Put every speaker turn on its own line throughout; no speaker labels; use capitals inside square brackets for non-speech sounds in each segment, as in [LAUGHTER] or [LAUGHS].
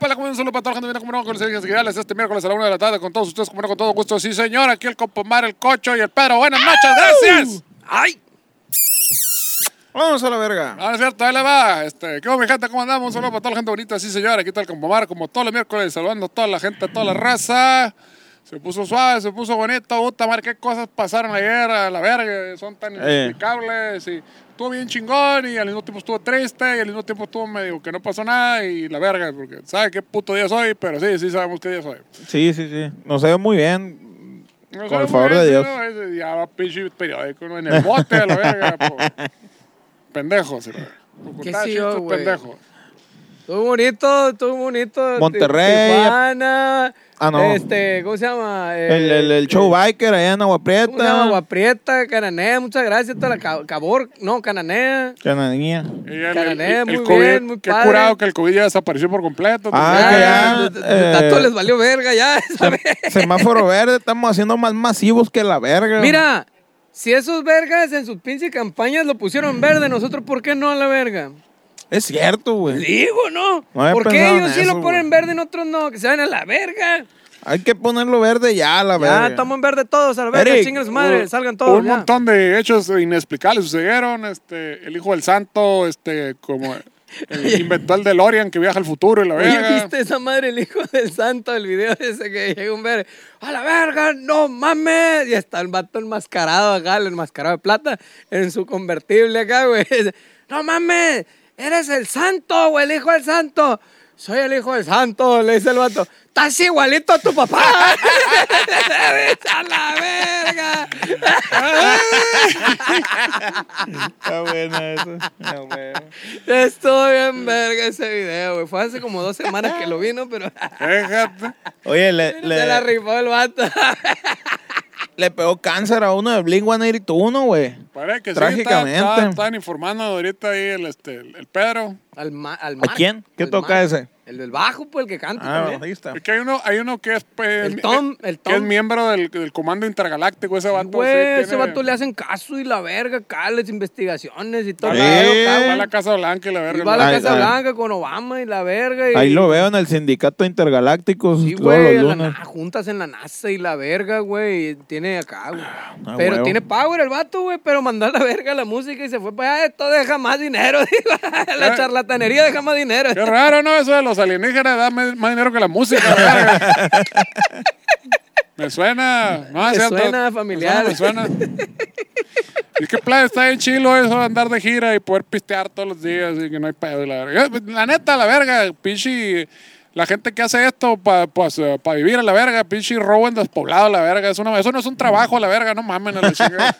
Para un saludo para toda la gente que viene como no, con los Sergio Girales este miércoles a la una de la tarde con todos ustedes, como no, con todo gusto. Sí, señor, aquí el Compomar, el Cocho y el Pedro. Buenas noches, gracias.
¡Ay! Vamos a la verga.
Ah, no es cierto, ahí le va. Este, ¿Qué hubo, mi gente? ¿Cómo andamos? Un saludo para toda la gente bonita. Sí, señor, aquí está el Compomar, como todos los miércoles, saludando a toda la gente, a toda la raza. Se puso suave, se puso bonito. Puta madre, qué cosas pasaron ayer a la verga. Son tan
Eh.
inexplicables. Y estuvo bien chingón y al mismo tiempo estuvo triste y al mismo tiempo estuvo medio que no pasó nada y la verga. Porque sabe qué puto día soy, pero sí, sí sabemos qué día soy.
Sí, sí, sí. Nos se ve muy bien.
No
Con el
sabemos
favor de
eso,
Dios.
¿no? Ese Ya va pinche periódico ¿no? en el bote a la
[LAUGHS]
verga. po. Pendejos. sí, güey.
¿Qué
Ocultar
sé yo,
chistes
güey?
pendejos.
Estuvo bonito, estuvo bonito. este,
Monterrey.
Tijuana.
Ah, no.
Este, ¿cómo se llama? Eh,
El, el, el show biker allá en Agua
¿cómo se llama?
Prieta.
Agua Prieta, Cananea, muchas gracias. Toda la ca- Cabor, no, Cananea. [LAUGHS]
Cananía.
Y el, el,
Cananea,
el
muy
COVID,
bien, muy
qué
padre.
curado que el COVID ya desapareció por completo. pues,
Ah,
también.
que ya,
de- de- de-
eh,
tanto les valió verga ya. [LAUGHS] esa vez.
Semáforo verde, estamos haciendo más masivos que la verga.
Mira, si esos vergas en sus pinches campañas lo pusieron verde, nosotros ¿por qué no a la verga?
Es cierto, güey.
Digo, ¿no?
No había
¿Por qué
pensado en
ellos sí
eso,
lo ponen
güey.
verde y nosotros no? Que se vayan a la verga.
Hay que ponerlo verde ya, a la verga.
Ya, estamos en verde todos, a la verga,
Eric,
chinguen su madre, salgan todos.
Un
ya.
montón de hechos inexplicables sucedieron. Este, el hijo del santo, este, como el
[LAUGHS]
inventó el DeLorean que viaja al futuro y la
Oye,
verga.
¿viste esa madre, el hijo del santo, el video ese que llega un ver? ¡A la verga! ¡No mames! Y está el vato enmascarado acá, el enmascarado de plata, en su convertible acá, güey. [LAUGHS] Dice, ¡No mames! ¡Eres el santo, güey! ¡El hijo del santo! Soy el hijo del santo, le dice el vato. ¡Estás igualito a tu papá! [LAUGHS] ¡A la verga!
Está buena eso. Ah, güey.
Estuvo bien verga ese video, güey. Fue hace como dos semanas que lo vino, pero [LAUGHS]
Fíjate.
Oye, le,
se la
le,
rifó el vato.
le pegó cáncer a uno de Blink 181, güey.
Parece que
Trágicamente.
sí, está- está- están informando ahorita ahí el, este, el, el Pedro.
Al ma- al
¿A
Marc,
quién? ¿Qué
al
toca
Marc.
ese?
El del bajo, pues, el que canta
Ah,
Pues también.
bajista.
Es que hay uno, hay uno que es, pues,
El Tom, el
que es
Tom.
miembro del, del comando intergaláctico, ese vato.
Güey,
sí
ese
tiene-
vato le hacen caso y la verga, acá, las investigaciones y todo.
Sí.
la verga,
Va a
acá,
la Casa Blanca y la
güey. Y
verga.
va a la
Ay,
Casa
ay.
Blanca con Obama y la verga. Y,
Ahí lo veo en el sindicato intergaláctico
Sí,
todos
güey,
los
en la
lunes.
na- juntas en la NASA y la verga, güey. Tiene acá, güey.
Ah,
pero
huevo.
tiene power el vato, güey. Pero mandó a la verga la música y se fue para allá. Esto deja más dinero, [LAUGHS] digo. La
Ah.
Eh.
charlatanería deja más dinero.
Qué raro, ¿no? Eso de los alienígenas da me- más dinero que la música. la
[LAUGHS]
verga. me suena. No,
Me
es cierto.
suena
Me
familiar.
suena, Me suena. ¿Y qué plan está en chilo eso de andar de gira y poder pistear todos los días y que no hay pedo y la verga? Eh, La neta, la verga, pinche. La gente que hace esto para vivir a la verga, pinche robo en despoblado a la verga. Es una- eso no es un trabajo a la verga, no mamen a la
[LAUGHS]
chingada.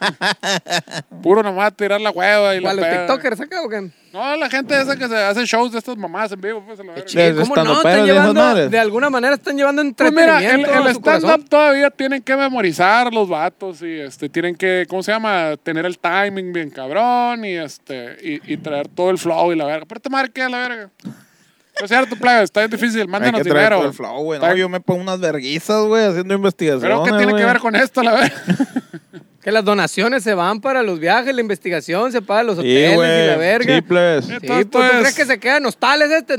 Puro nomás tirar la hueva y la
¿Para los
peda.
TikTokers acá o qué?
No, la gente esa que se hace shows de estas mamás en vivo, pues a la verga.
Sí,
Desde
¿Cómo no?
estandoperos
Están
de esas
llevando,
madres.
de alguna manera están llevando
Pues mira, el,
entretenimiento
el
a su corazón.
stand-up todavía tienen que memorizar los vatos y este, tienen que, ¿cómo se llama? Tener el timing bien cabrón y, este, y, y traer todo el flow y la verga. Pero te marque a la verga. No es cierto, plebe, está bien difícil,
Hay
mándanos
que traer todo
dinero.
el flow, güey.
Está-
No, yo me pongo unas verguizas, güey, haciendo investigaciones.
Pero ¿qué tiene que ver con esto, la
[LAUGHS]
verga?
Que las donaciones se van para los viajes, la investigación se paga los hoteles
Sí,
y la
güey.
verga.
Sí,
Sí,
plebes.
Ya
pues, ¿tú
Entonces-
crees que se quedan hostales este?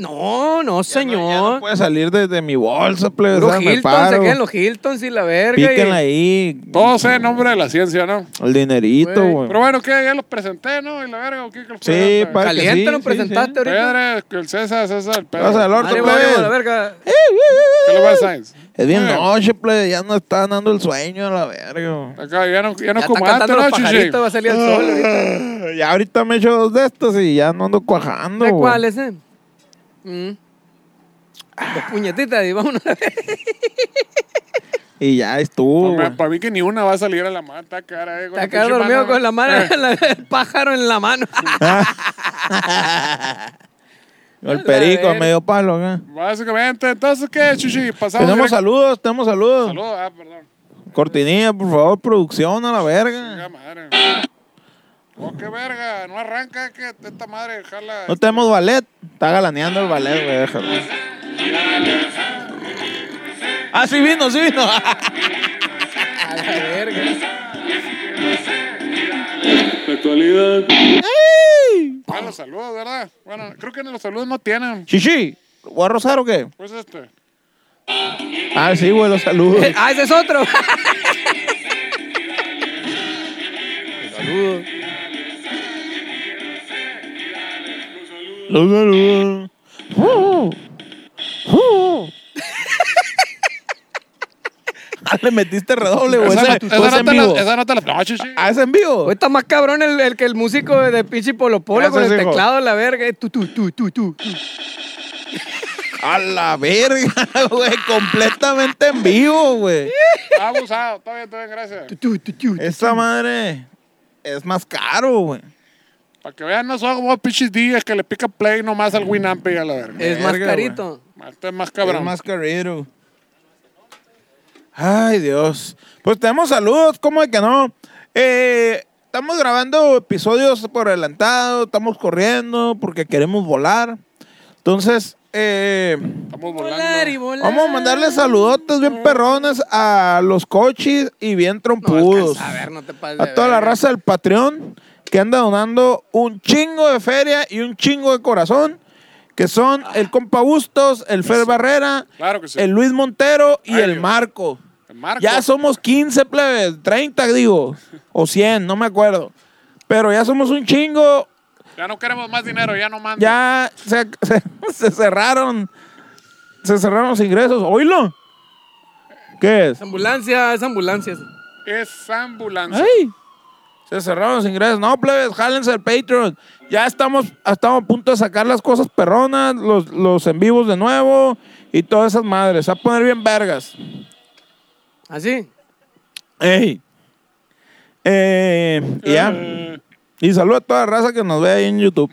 Ya
No, no,
no- ya
señor.
No, puede salir de, de mi bolsa, plebes.
los
ah, me
Hilton, se
paro.
quedan los Hiltons y la verga. y-
Píquenle ahí
Todo sea en nombre de la ciencia, ¿no?
el dinerito,
Güey.
güey.
Pero bueno, ¿qué? Ya los presenté, ¿no? ¿Y la verga o qué? ¿Qué
Sí,
fue?
pa-
Caliente
que sí,
lo
sí,
presentaste ahorita.
Pedro, el César, César, el Pedro.
Vas al orto,
Vale, vale,
plebes.
vale, la verga.
Eh, eh, eh,
¿Qué le
eh.
va a Sainz?
Es bien
Muy
noche, plebes. Ya no está dando el sueño a la verga. güey.
Acá ya no, ya no
Ya está
como antes,
cantando los
¿no, Chichi?
pajaritos, va a salir
Ah,
el sol ahorita.
Ya ahorita me he hecho dos de estos y ya no ando cuajando,
¿De
güey.
cuál ese? Mm. Dos puñetitas y vámonos. [LAUGHS]
Y ya estuvo, güey.
Para mí que ni una va a salir a la mata, cara. Eh, con
Te
la
quedas
pinche
dormido
mano.
con la mano,
Eh,
[LAUGHS] la- el pájaro en
[LAUGHS]
la mano.
El perico
A
a
ver.
medio palo, acá.
Básicamente, entonces, ¿qué, Chuchi? Pasamos.
Tenemos
direct-
saludos, tenemos saludos.
Saludos, ah, perdón.
Cortinilla, por favor, producción a la verga.
Venga, madre. Oh, qué verga, no arranca que esta madre jala.
No tenemos ballet. Está galaneando el ballet, güey. déjalo. Ah, sí vino, sí vino. [LAUGHS]
A la verga.
Ah, los saludos, ¿verdad? Bueno, creo que los saludos no tienen.
Chichi, ¿Lo ¿Voy a rozar o qué?
Pues este.
Ah, sí, güey, los saludos.
[LAUGHS]
ah, ese es [LAUGHS] otro. Saludos.
los saludos. [LAUGHS] ah, le metiste redoble, güey.
Esa
Pues, Ese-
no- esa
o ese
no
en
te la-
vivo.
esa no te la. No, chichi.
Ah, ese en vivo.
Hoy está más cabrón el, el que el músico de, de pinche Polo Polo con
Gracias,
el
hijo.
teclado, la verga. eh, Tu, tu, tu, tu, tu.
A la verga, [LAUGHS] güey. Completamente en vivo, güey.
Está abusado. Está bien, está bien, gracias.
tu, tu, tu, tu.
Esa madre es más caro, güey.
Para que vean, no son como pinches días que le pica play nomás al Winamp y a la verga.
Es más
Verga,
carito.
Este es más
Eh, Es
cabrón.
más carero. Ay, Dios. Pues tenemos saludos, ¿cómo de que no? Eh, estamos grabando episodios por adelantado, estamos corriendo porque queremos volar. Entonces, eh,
Estamos
Volar y
volando.
volar.
vamos a mandarle saludotes bien perrones a los coches y bien
No
trompudos.
alcanza a ver, no te pases de
a toda la
verga.
raza del Patreon que anda donando un chingo de feria y un chingo de corazón, que son el compa Bustos, el Fer Barrera,
Claro que sí.
el Luis Montero y
Ay,
el
Dios.
Marco.
El Marco.
Ya somos 15 plebes, 30 digo, o 100, no me acuerdo. Pero ya somos un chingo,
Ya no queremos más dinero, ya no manden.
ya se, se- se cerraron, se cerraron los ingresos. Oílo. ¿Qué es?
Es ambulancia, es ambulancia.
Es ambulancia.
¡Ay! Se cerraron los ingresos. No, plebes, jálense al Patreon. Ya estamos, estamos a punto de sacar las cosas perronas, los, los en vivos de nuevo y todas esas madres. Se Va a poner bien vergas.
¿Así?
¡Ey! Eh, y ya.
Eh,
Y saludo a toda la raza que nos ve ahí en YouTube.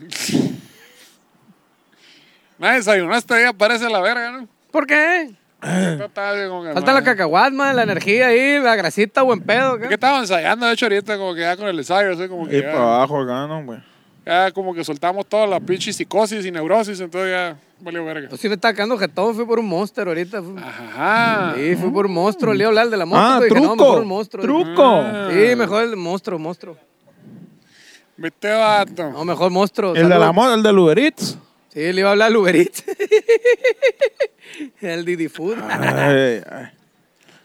Nadie desayunó este día, parece la verga, ¿no?
Eh.
¿Por qué?
Está- está así como que,
Falta la
madre.
cacahuatma, la energía ahí, la grasita, buen pedo. ¿qué?
Es que estaba ensayando, de hecho, ahorita como que ya con el ensayo, así como que
Y para
ya,
abajo acá, ¿no, güey?
ya como que soltamos toda la pinche psicosis y neurosis, entonces ya valió verga.
Yo Pues sí me estaba quedando jetón, fui por un monster ahorita. fui-
Ajá.
Sí, fui por un monstruo, le iba a hablar de la monstruo.
Ah,
dije, no, mejor
truco.
un monstruo. Ah.
truco.
Sí, mejor el monstruo, monstruo.
Vete, vato.
No, mejor monstruo.
El de la
salud.
moda, el de Uber
[LAUGHS]
Eats.
Sí, le iba a hablar al Uber Eats. [LAUGHS] el Didi Food.
Ah. Ay, ay.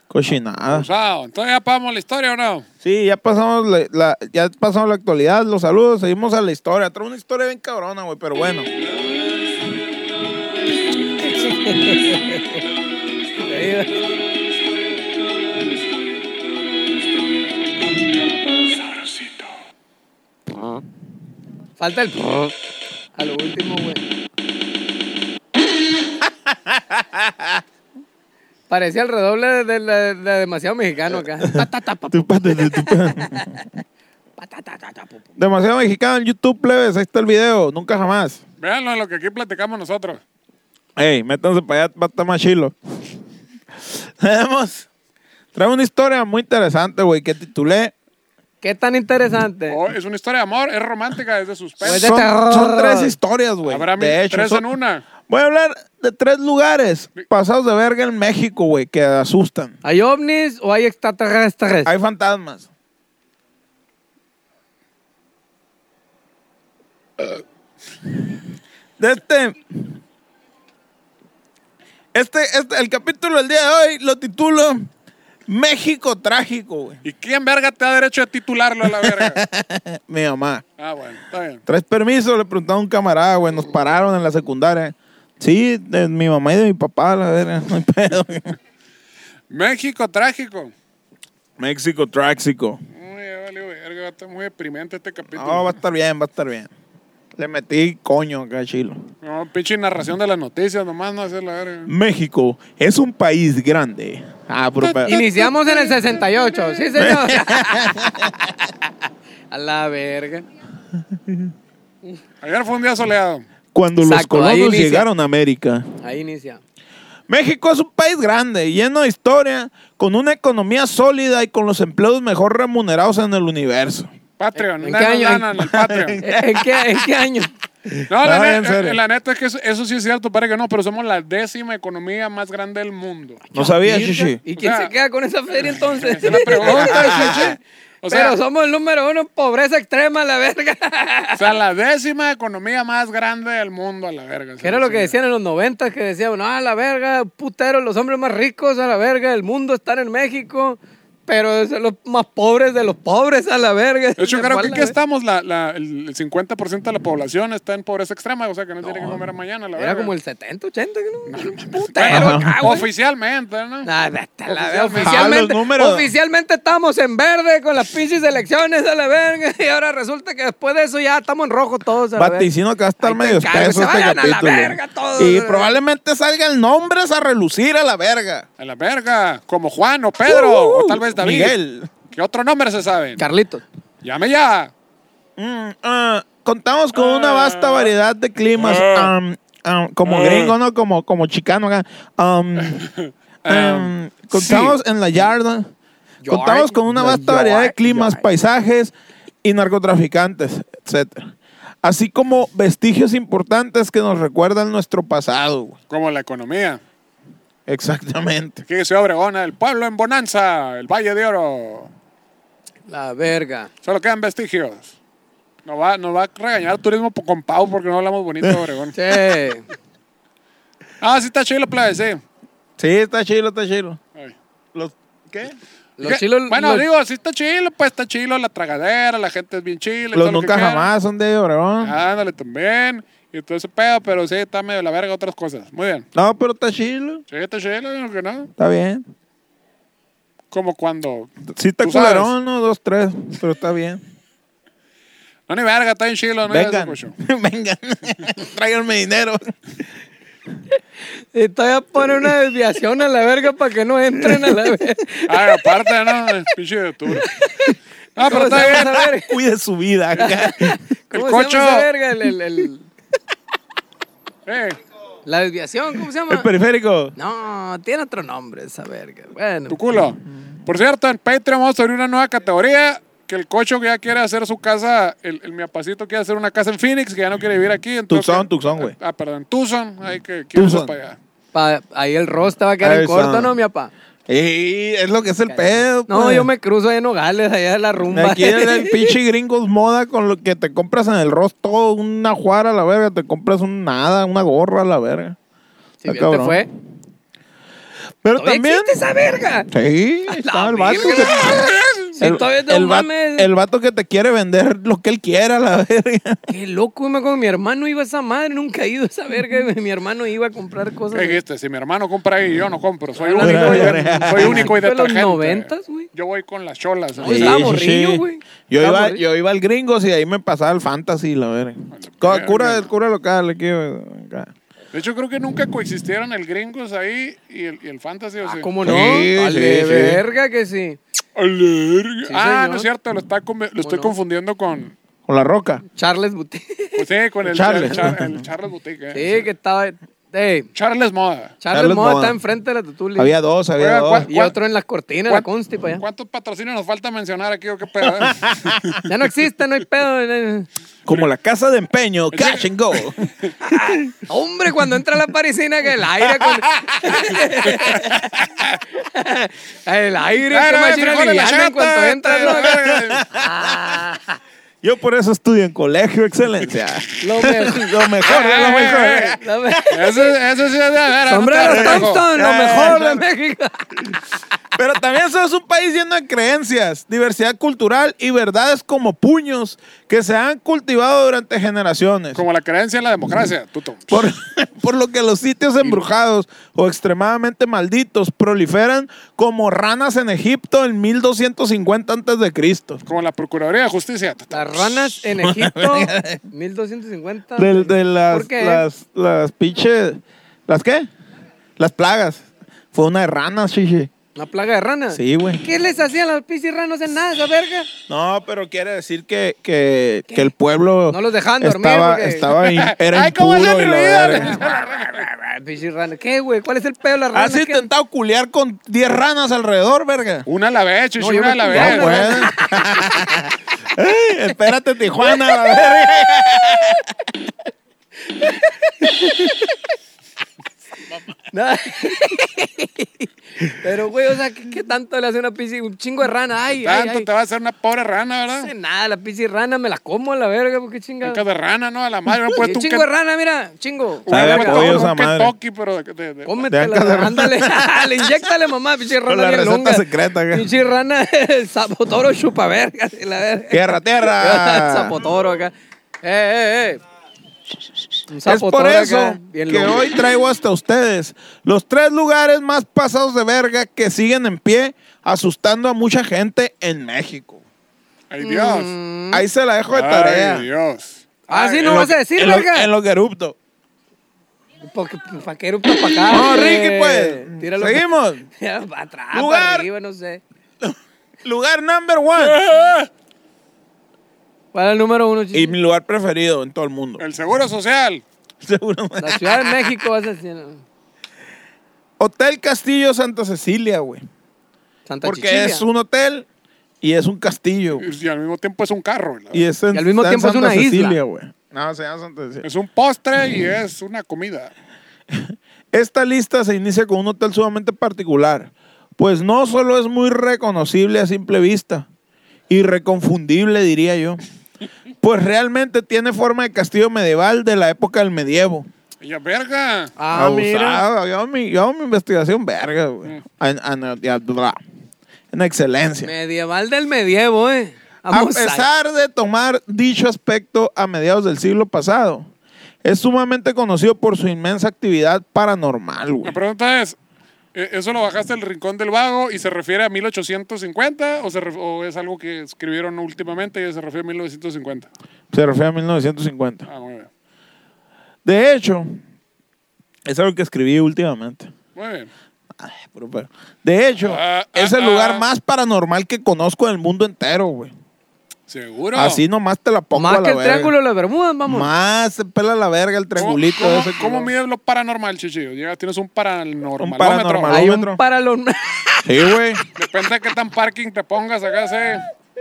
Cochinada.
Usado. Entonces ya pagamos la historia o no?
Sí, ya pasamos la, la- ya pasamos la actualidad, los saludos, seguimos a la historia. Trae una historia bien cabrona, güey, pero bueno.
Ahí va. Ah. Falta el...
Ah.
A lo último, güey. [LAUGHS] Parecía el redoble de, de- de- de demasiado
[LAUGHS]
mexicano acá. Ta, ta, ta, pa,
Tu pa- tu- tu- tu pa-
pa, ta, ta, ta, ta, pu, pu.
Demasiado mexicano en YouTube, plebes, ahí está el video, nunca jamás.
Veanlo lo que aquí platicamos nosotros.
Ey, métanse para allá, va a estar más chilo. Tenemos, trae una historia muy interesante, güey, que titulé
Qué tan interesante.
Oh, es una historia de amor, es romántica, es de
Pues
suspenso.
de-
son,
terror.
son tres historias, güey.
Habrá mil-
Pues De hecho,
tres
son-
en una.
Voy a hablar de tres lugares pasados de verga en México, güey, que asustan.
¿Hay ovnis o hay extraterrestres?
Hay fantasmas. De este, este, este, el capítulo del día de hoy lo titulo México trágico, güey.
¿Y quién verga te da derecho a titularlo a la
[LAUGHS]
verga?
Mi mamá.
Ah, bueno, está bien.
¿Traes permiso? Le preguntaron a un camarada, güey. Nos pararon en la secundaria. Sí, de mi mamá y de mi papá, la verga, no hay pedo.
México trágico.
México trágico.
Uy, ya valió verga, va a estar muy deprimente este capítulo.
No, va a estar bien, va a estar bien. Le metí coño acá, chilo.
No, pinche narración de las noticias, nomás no hacer la verga.
México es un país grande. Ah, puro pedo.
Iniciamos en el 68, sí señor. [LAUGHS] A la verga.
Ayer fue un día soleado.
Cuando los
Exacto, ahí
colonos
inicia.
llegaron a América.
Ahí inicia.
México es un país grande, lleno de historia, con una economía sólida y con los empleos mejor remunerados en el universo.
Patreon,
¿En
no,
qué
no, no,
año?
no, en
[LAUGHS]
el Patreon.
¿En qué, en qué año?
No,
No,
la, ne-
en
eh,
serio.
la neta es que eso, eso sí es cierto, parece que no, pero somos la décima economía más grande del mundo.
No sabía,
Virga.
Shishi.
¿Y quién
O sea,
se queda con esa feria entonces?
Ah.
[LAUGHS]
es una pregunta,
Pregunta, Shishi.
O
pero
sea-
somos el número uno en pobreza extrema,
[LAUGHS]
la verga.
O sea, la décima economía más grande del mundo, a la verga.
Que era lo que decían en los 90 que decían, no, a la verga, puteros, los hombres más ricos, a la verga, el mundo están en México, pero son los más pobres de los pobres, a la verga.
De hecho, creo que
[LAUGHS] ¿Cuál
aquí
la
estamos, la, la- el 50% de la población está en pobreza extrema, o sea, que no, tiene que comer mañana, la
verga?
verga.
Era como el 70, 80, ¿no?
Bueno,
Putero acá, güey.
oficialmente, ¿no?
Nah, vete a la
Oficialmente. Ah,
verga.
los
Oficialmente,
números.
oficialmente estamos en verde con las pinches elecciones a la verga. [LAUGHS] Y ahora resulta que después de eso ya estamos en rojo todos. A la verga.
Vaticino que va a estar
Ahí te
medio
encargo,
espeso
se
este
vayan a la
capítulo.
verga todos.
y probablemente salgan nombres a relucir a la verga.
A la verga, como Juan o Pedro,
Uh,
o tal vez David.
Miguel.
¿Qué otro nombre se saben?
Carlitos.
Llame ya.
Mm, ah, contamos con
Ah.
una vasta variedad de climas.
Ah.
am, am, como
Ah.
gringo, ¿no? Como, como chicano acá.
[LAUGHS]
Am, am, contamos en la yarda.
Yard,
contamos con una
la
vasta variedad de
yard,
climas,
yard.
paisajes y narcotraficantes, etcétera. Así como vestigios importantes que nos recuerdan nuestro pasado. güey.
Como la economía.
Exactamente.
Aquí soy Obregón, el pueblo en bonanza, el Valle de Oro.
La verga.
Solo quedan vestigios. Nos va, nos va a regañar turismo po- con Pau porque no hablamos
[LAUGHS]
bonito de Obregón.
Sí.
Ah, sí está chido, plebe, sí.
Sí, está chilo, está chilo.
Ay.
Los- ¿Qué?
Los
Que-
chilos-
bueno,
los-
digo, sí está chilo, pues está chilo la tragadera, la gente es bien chila. y
Los
todo lo que
nunca
quieran.
jamás son de Obregón.
Ándale, también. Y todo ese pedo, pero sí está medio la verga otras cosas. Muy bien.
No, pero está chilo.
Sí, está chilo, digo que no.
Está bien.
Como cuando.
Sí está
Tú sabes.
culerón, uno, dos, tres, pero está bien.
No, ni verga, está en chilo, no
Vengan,
Mucho.
[LAUGHS] vengan, tráiganme dinero.
Y todavía pone una desviación a la verga para que no entren
[LAUGHS]
a la verga.
Ah, aparte, ¿no? Es Pinche de tour. Ah, pero
¿Cómo
está
se llama
bien.
esa verga?
[LAUGHS] Cuide su vida. Eh, acá.
El
¿Cómo se
cocho.
llama esa verga? El- el- el-
Eh,
la desviación, ¿cómo se
El
llama?
periférico.
No, tiene otro nombre esa verga. Bueno.
tu culo. Por cierto, en Patreon vamos a abrir una nueva categoría. Que el cocho que ya quiere hacer su casa, el, el miapacito quiere hacer una casa en Phoenix, que ya no quiere vivir aquí. entonces-
Tucson, Tucson, güey.
Ah, perdón, Tucson. Hay que quiere
Tucson.
irse para allá.
Pa- ahí el rostro va a quedar
Ahí
en corto,
está.
¿no, mi papá?
Y es lo que es el pedo.
No,
pues.
yo me cruzo ahí en Nogales, allá de la rumba.
Aquí en
[LAUGHS]
el pinche gringos moda con lo que te compras en el rostro, una juara a la verga, te compras un nada, una gorra a la verga.
Si
Está
bien te
Ah, cabrón.
fue.
Pero
¿Todavía
también.
existe esa verga?
Sí,
A la
está el vato.
verga.
que-
Si todavía no
el, va-
mames.
el vato que te quiere vender lo que él quiera, la verga.
Qué loco, me acuerdo, mi hermano iba a esa madre, nunca he ido a esa verga. güey. Mi hermano iba a comprar cosas.
¿Qué dijiste? Si mi hermano compra ahí, yo no compro. Soy
Claro,
único y,
claro.
soy único y
¿Fue los
detergente.
noventas, güey?
Yo voy con las cholas.
Pues estaba morrillo, güey.
Yo
Estaba
iba,
morrillo.
yo iba al gringos y de ahí me pasaba el fantasy, la verga. Co-
verga.
Cura, el cura local aquí, güey, acá.
De hecho, creo que nunca coexistieron el gringos ahí y el, y el fantasy. ¿o
Ah,
sí?
¿cómo no?
Sí,
Dale,
sí, sí.
verga que sí.
A la verga.
Sí,
ah,
señor.
no es cierto. Lo, está con- lo estoy
no?
confundiendo con...
Con la roca.
Charles Buti. [LAUGHS]
Pues sí, con el, el
Charles.
Charles. el Charles Boutique. eh.
Sí, que estaba. Ey,
Charles Moda.
Charles
Charles
Moda
Moda.
está enfrente de la Tutuli.
Había dos, había
Oiga,
dos.
¿cuál-
Y otro en las cortinas, la
¿Cuán-
consti para allá.
¿Cuántos patrocinios nos falta mencionar aquí o qué
[LAUGHS]
pedo?
Ya no existe, no hay pedo. eh.
Como la casa
[LAUGHS]
de empeño, cash and go.
Hombre, cuando entra la parisina, que el aire con. el aire,
Ah,
que
no,
más
frijoles, la
en cuanto
chata,
entra.
este,
¿no?
la verga.
Yo por eso estudio en colegio, excelencia.
Lo mejor.
lo mejor, de lo
Eh,
mejor.
eh, Ese, ese sí es de ver.
Sombrero Thompson, lo
Eh,
mejor de
eh.
México.
Pero también somos un país lleno de creencias, diversidad cultural y verdades como puños que se han cultivado durante generaciones.
Como la creencia en la democracia, tuto.
Por, [LAUGHS] por lo que los sitios embrujados o extremadamente malditos proliferan como ranas en Egipto en 1250 antes de Cristo.
Como la Procuraduría de Justicia. tuto.
Las ranas en Egipto, 1250.
De, de las,
¿Por qué?
las, las pinches... ¿Las qué? Las plagas. Fue una de ranas, chichi.
¿Una plaga de ranas?
Sí, güey.
¿Qué les hacían los pinches ranos en nada,
[LAUGHS]
esa verga?
No, pero quiere decir que, que, que el pueblo...
No los dejaban dormir
estaba,
porque-
estaba
[LAUGHS]
in- era
Ay, cómo
impuro
hacen
y la
ruido.
verga.
Pinches ranas. ¿Qué, güey? ¿Cuál es el pedo de las ranas?
¿Has
¿Qué?
intentado culiar con 10 ranas alrededor, verga?
Una a la vez, chichi,
No, yo
una
me
a la
No,
vez.
No puedes. [LAUGHS] Ey, espérate, Tijuana, la verga.
Nada. [LAUGHS] Pero, güey, o sea, ¿qué, qué tanto le hace una pinche, un chingo de rana? Ay, ay,
Tanto
ay.
te va a hacer una pobre rana,
No
¿verdad?
hace nada, la pinche rana me la como a la verga, porque
Un
chinga.
de rana, ¿no? A la madre.
Un
Pues un
chingo de rana, mira, chingo.
un-
Sabe a
un-
pollo esa
un
madre.
Kentucky, pero de- de- de-
Te dan
Cómetela,
cada- [LAUGHS]
ándale, le inyectale mamá, pinche rana
Con la
bien
receta
longa.
secreta, güey.
Pinche rana, [LAUGHS] zapotoro chupa verga, y la verga. [LAUGHS]
¡Tierra, tierra!
zapotoro acá. Eh, eh, eh. Un
Es por
zapotoro
eso
acá, bien
que
longa.
hoy traigo hasta ustedes los tres lugares más pasados de verga que siguen en pie asustando a mucha gente en México.
Ay, Dios.
Ahí se la dejo Mm, de tarea.
Ay, Dios.
Mm. Ah, sí, no
En
vas
lo-
a decir,
en lo-
verga.
En los geruptos.
Porque pa' qué erupta pa' acá.
No,
hombre?
Ricky, pues.
Tíralo
Seguimos.
pa- pa' atrás, pa'
Lugar.
arriba, no sé.
Lugar number one.
¿Cuál es el número uno, chichi?
Y mi lugar preferido en todo el mundo. [LAUGHS]
El Seguro Social.
Seguro.
La Ciudad de México vas a decir.
Hotel Castillo Santa Cecilia, güey.
Santa
Porque
Chichilia.
es un hotel y es un castillo. güey.
Y al mismo tiempo es un carro. la-
Y, es en-
Y al mismo
está en
tiempo es
Santa
una isla.
Cecilia, güey. No, se llama Santa Cecilia.
Es un postre y es una comida.
Esta lista se inicia con un hotel sumamente particular, pues no solo es muy reconocible a simple vista, irreconfundible diría yo, pues realmente tiene forma de castillo medieval de la época del medievo.
Y a verga.
Ah, mira. Mm.
Abusado, yo hago mi, yo hago mi investigación verga, güey. An- ana- ya, bla. En excelencia.
Medieval del medievo, eh.
A
Vamos
pesar de tomar dicho aspecto a mediados del siglo pasado, es sumamente conocido por su inmensa actividad paranormal, güey.
La pregunta es, ¿e- ¿eso lo bajaste del Rincón del Vago y se refiere a 1850 o, se ref- o es algo que escribieron últimamente y se refiere a 1950?
Se refiere a 1950.
Ah, muy bien.
De hecho, es algo que escribí últimamente.
Muy bien.
Ay, puro pedo. De hecho,
Ah, ah,
es el
ah.
lugar más paranormal que conozco en el mundo entero, güey.
Seguro.
Así nomás te la pongo
Más
a la
que el
verga.
triángulo de las Bermudas, vamos.
Más se pela la verga el
¿Cómo,
triangulito
cómo-
ese. que-
cómo mides lo paranormal, chichillo? Llegas, tienes un paranormalómetro.
Un paranormal.
Hay
Malómetro.
un paralón.
Sí, güey.
Depende de qué tan parking te pongas acá, sí.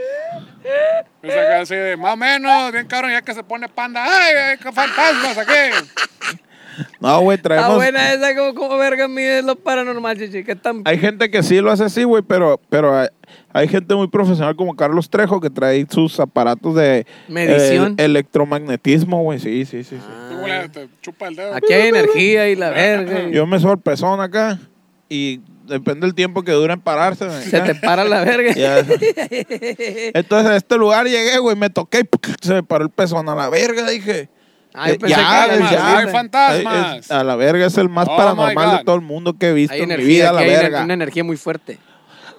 Es acá así de más o menos, bien cabrón, ya que se pone panda. ¡Ay, ay, qué fantasmas aquí!
No, güey,
Está
traemos.
buena esa, como, como verga mides lo paranormal, chichi. ¿Qué tan
Hay gente que sí lo hace así, güey, pero, pero hay, hay gente muy profesional como Carlos Trejo que trae sus aparatos de
Medición. Ah.
eh, electromagnetismo, güey. Sí, sí, sí. sí.
Tú, güey, te chupa el dedo.
Aquí hay energía y la verga. y
Yo me sorpresón acá y depende del tiempo que dure en pararse. güey.
Se te para la verga.
[LAUGHS] Ya. Entonces a este lugar llegué, güey, me toqué y ¡puc! se me paró el pezón a la verga, dije.
Ay,
Eh,
pensé que era
hay
es
más,
ya. hay
güey.
fantasmas.
Es- a la verga es el más
Oh my
paranormal
God.
de todo el mundo que he visto
Hay
en mi
energía,
vida,
aquí
la
hay
verga.
ener- una energía muy fuerte.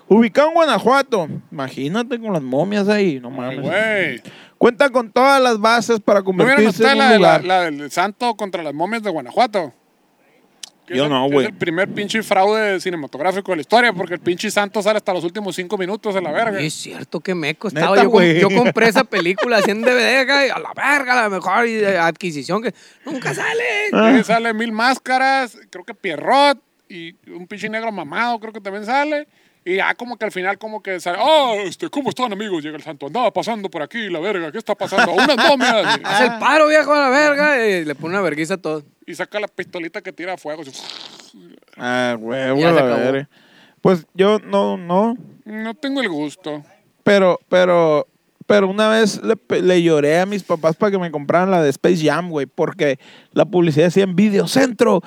Ubicado en Guanajuato, imagínate con las momias ahí, no mames.
Ah, Güey.
Cuenta con todas las bases para
¿No vieron
convertirse
ustedes
en
la,
un
de la,
lugar.
la del santo contra las momias de Guanajuato? Que
Yo
es el-
no,
que
güey.
Es el primer pinche fraude cinematográfico de la historia, porque el pinche santo sale hasta los últimos cinco minutos de la verga.
Y es cierto que meco
Neta,
estaba. yo, com-
güey.
yo compré esa película así en DVD acá y a la verga, la mejor y, eh, adquisición que nunca sale.
Ah.
Y ahí sale Mil Máscaras, creo que Pierrot y un pinche negro mamado, creo que también sale. Y ya como que al final como que sale, oh, este, ¿cómo están amigos? Llega el santo, andaba pasando por aquí, la verga, ¿qué está pasando? Unas
[LAUGHS]
momias.
Haz el paro, viejo, a la verga. Y le pone una vergüenza a todos.
Y saca la pistolita que tira a fuego. así,
Ah, huevo,
Ya se
la
acabó.
verga. Pues yo no, no,
no tengo el gusto.
Pero, pero, pero una vez le, pe- le lloré a mis papás para que me compraran la de Space Jam, güey, porque la publicidad decía en Videocentro.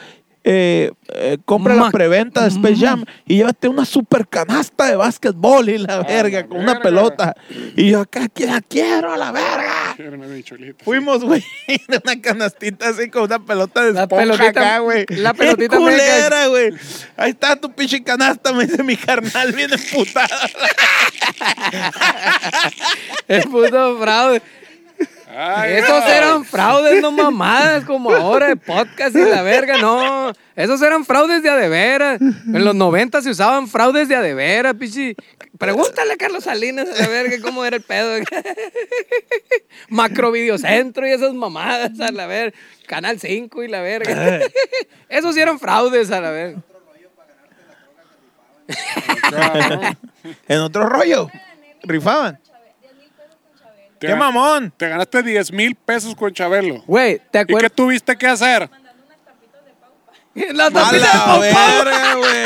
Eh, eh, compra
Ma-
la preventa de Space Jam y llévate una super canasta de básquetbol y la verga
Ah, la
con una
verga.
pelota. Y yo acá "Aquí la quiero, la verga.
Quiero una bicholita.
Fuimos, güey, [LAUGHS] en una canastita así con una pelota de
La
esponja
pelotita-
acá, güey.
la
Qué
pelotita
culera, güey. Ahí está tu pinche canasta, me dice mi carnal, [LAUGHS] bien emputada.
[LAUGHS] El puto fraude.
Ay,
Esos
no.
eran fraudes, no mamadas, como ahora de podcast y la verga, no. Esos eran fraudes de adeveras. En los 90 se usaban fraudes de adeveras, pichi. Pregúntale a Carlos Salinas a la verga cómo era el pedo. [LAUGHS] Macro Videocentro y esas mamadas, a la verga. Canal 5 y la verga. Esos sí eran fraudes, a la verga. [LAUGHS]
Claro.
En otro rollo. Rifaban.
Te
¡Qué
gan-
mamón!
Te ganaste 10 mil pesos con Chabelo.
Güey, ¿te
¿Y qué
acuerdas?
tuviste que hacer?
La
¡A
tapita de
la
Pau Pau. [LAUGHS]
verga, güey!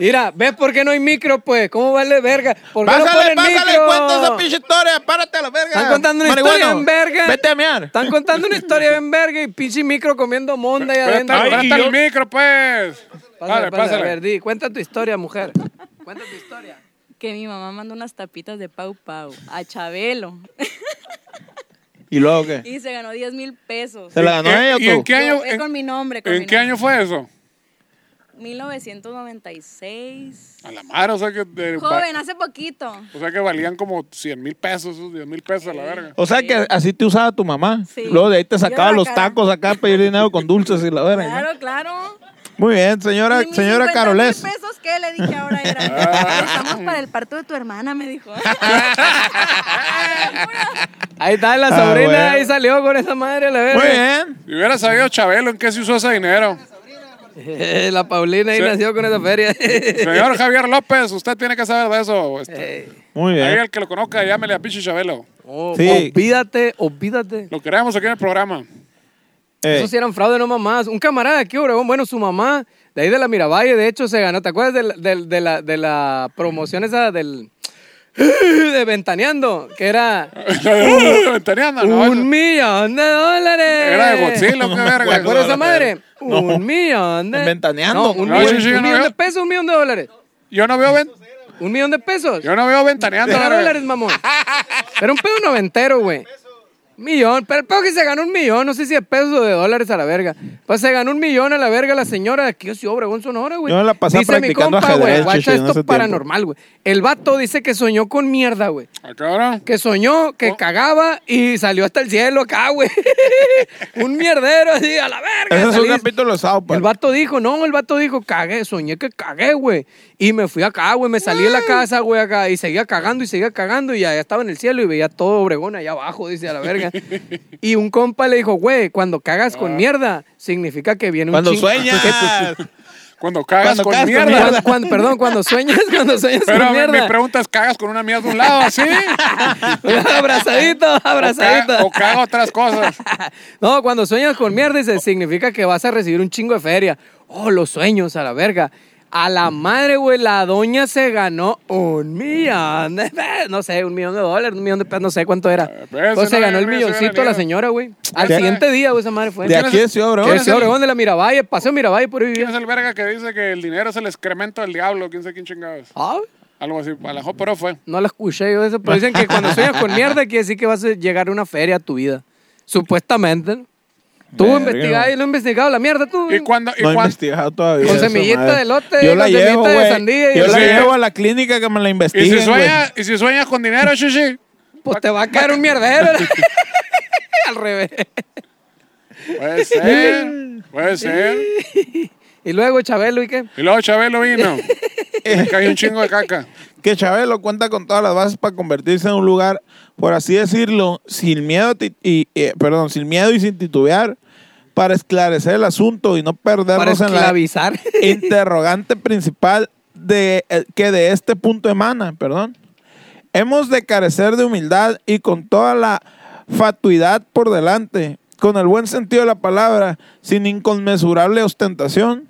Mira, ¿ves por qué no hay micro, pues? ¿Cómo vale verga? ¿Por qué no
Pásale,
ponen
pásale,
micro?
cuenta esa pinche historia, párate a la verga.
Están contando una historia
Marihuano,
en verga.
Vete a mear.
Están contando una historia en verga y pinche micro comiendo monda ahí
Presta,
adentro.
Ay,
presta
y yo-
el micro, pues. Vale,
Pásale, pásale. A ver,
pásale.
di, cuenta tu historia, mujer. Cuenta tu historia.
Que mi mamá mandó unas tapitas de Pau Pau a Chabelo [LAUGHS]
¿Y luego qué?
y se ganó 10 mil pesos.
¿Se la ganó ella o
¿Y en
tú?
qué
Yo-
año,
es con
en,
mi nombre. Con mi
en qué
nombre.
año fue eso?
1996.
A la madre, o sea que. de- va-
Joven, hace poquito.
O sea que valían como 100 mil pesos, esos 10 mil pesos a la verga.
O sea que así te usaba tu mamá.
Sí.
Luego de ahí te
Yo
sacaba
la
los
cara.
tacos acá para pedir dinero con dulces y la verga. ¿no?
Claro, claro.
Muy bien, señora,
¿Y mis
señora
50
Carolés.
mil pesos qué le dije ahora?
[LAUGHS]
Era, estamos para el parto de tu hermana, me dijo. [LAUGHS]
Ahí está la
Ah,
sobrina,
bueno.
ahí salió con esa madre, la
Muy
verga.
bien.
Si hubiera sabido Chabelo en qué se usó ese dinero.
Eh, [LAUGHS] la Paulina ahí
Sí.
nació con esa feria.
Señor Javier López, usted tiene que saber de eso. Este,
Muy
ahí
bien.
el que lo conozca, llámele a Pichi Chabelo.
[LAUGHS] Oh,
Sí.
Olvídate, olvídate.
Lo queremos aquí en el programa. [LAUGHS]
Eh,
Eso sí eran fraude, no mamás. Un camarada aquí, Obregón, bueno, su mamá, de ahí de la Miravalle, de hecho, se ganó. ¿Te acuerdas del- del- de, la, de la promoción esa del. [CLEARS THROAT] de Ventaneando? Que era.
Ventaneando, [LAUGHS] ¿no?
Un millón de dólares.
Era de
[LAUGHS]
Godzilla, qué verga.
¿Te acuerdas de esa madre?
No.
Un millón de.
En Ventaneando.
No, un
No,
millón,
sí, sí,
un
yo no
millón
veo.
de pesos, un millón de dólares.
Yo no veo, ven-
Un millón de pesos.
yo no veo ventaneando.
Era
verga.
dólares, mamón. Era un pedo noventero, güey. Millón, pero el pedo que se ganó un millón, no sé si de pesos o de dólares a la verga. Pues se ganó un millón a la verga la señora de aquí, yo sí, Obregón, Sonora, güey.
Yo la pasaba
Dice mi
practicando
compa, güey,
ajedrez,
guacha
chichi, en ese
esto
tiempo.
paranormal, güey. El vato dice que soñó con mierda, güey.
Ah, cabrón.
Que soñó, que cagaba y salió hasta el cielo acá, güey. [LAUGHS] un mierdero así, a la verga.
Ese es un
salí.
capítulo de South Park.
El vato dijo, no, el vato dijo, cagué, soñé que cagué, güey. Y me fui acá, güey, me salí de la casa, güey, acá, y seguía cagando y seguía cagando, y allá estaba en el cielo y veía todo Obregón allá abajo, dice a la verga. y un compa le dijo, güey, cuando cagas con mierda, significa que viene un
Cuando
chingo-
sueñas.
[LAUGHS] que tu-
Cuando cagas
Cuando
con
cagas con
mierda.
Cuando, cuando- perdón, cuando sueñas, cuando sueñas
Pero
con
mi- mi
mierda.
pregunta es, ¿cagas con una mierda de un lado
[LAUGHS]
así?
abrazadito,
¿O, ca-
abrazadito.
o cago otras cosas?
[LAUGHS] No, cuando sueñas con mierda, dice, significa que vas a recibir un chingo de feria. Oh, los sueños, a la verga. A la madre, güey, la doña se ganó un millón de pesos. No sé, un millón de dólares, un millón de pesos, no sé cuánto era.
Eh, pues,
Entonces se
no,
ganó el
no, no, no,
milloncito
no,
la
no.
señora, güey. Al
Ya.
siguiente día, güey, esa madre fue.
De aquí de Ciudad
Que
Obregón.
ese Obregón de la Miravalle, paseo Miravalle por ahí
¿Quién es
vivía.
el verga que dice que el dinero es el excremento del diablo? ¿Quién sabe quién chingados?
Ah,
Algo así, a lo mejor, pero fue.
no la escuché yo eso, pero dicen que cuando sueñas con mierda quiere decir que vas a llegar a una feria a tu vida. Supuestamente. ¿no? Tú
Verga,
investigás
güey.
y lo he investigado la mierda, tú.
¿Y cuándo? ¿Y
No he
cuándo?
investigado todavía.
Con
esa
semillita
madre.
de elote,
Yo
con
la
semillita
llevo,
de
güey.
sandía y-
Yo la
Sí.
llevo a la clínica que me la
¿Y si,
investiguen, güey. [LAUGHS]
sueñas, ¿Y si sueñas con dinero, Shishi?
Pues te va a caer un mierdero. [LAUGHS] Al revés.
Puede ser, puede ser.
Y luego Chabelo, ¿y qué?
Y luego Chabelo vino. Y le cayó un chingo de caca.
Eh, Que Chabelo cuenta con todas las bases para convertirse en un lugar, por así decirlo, sin miedo ti- y, eh, perdón, sin miedo y sin titubear, para esclarecer el asunto y no
Para
perdernos en la
esclavizar.
interrogante principal de eh, que de este punto emana, perdón. Hemos de carecer de humildad y con toda la fatuidad por delante, con el buen sentido de la palabra, sin inconmensurable ostentación.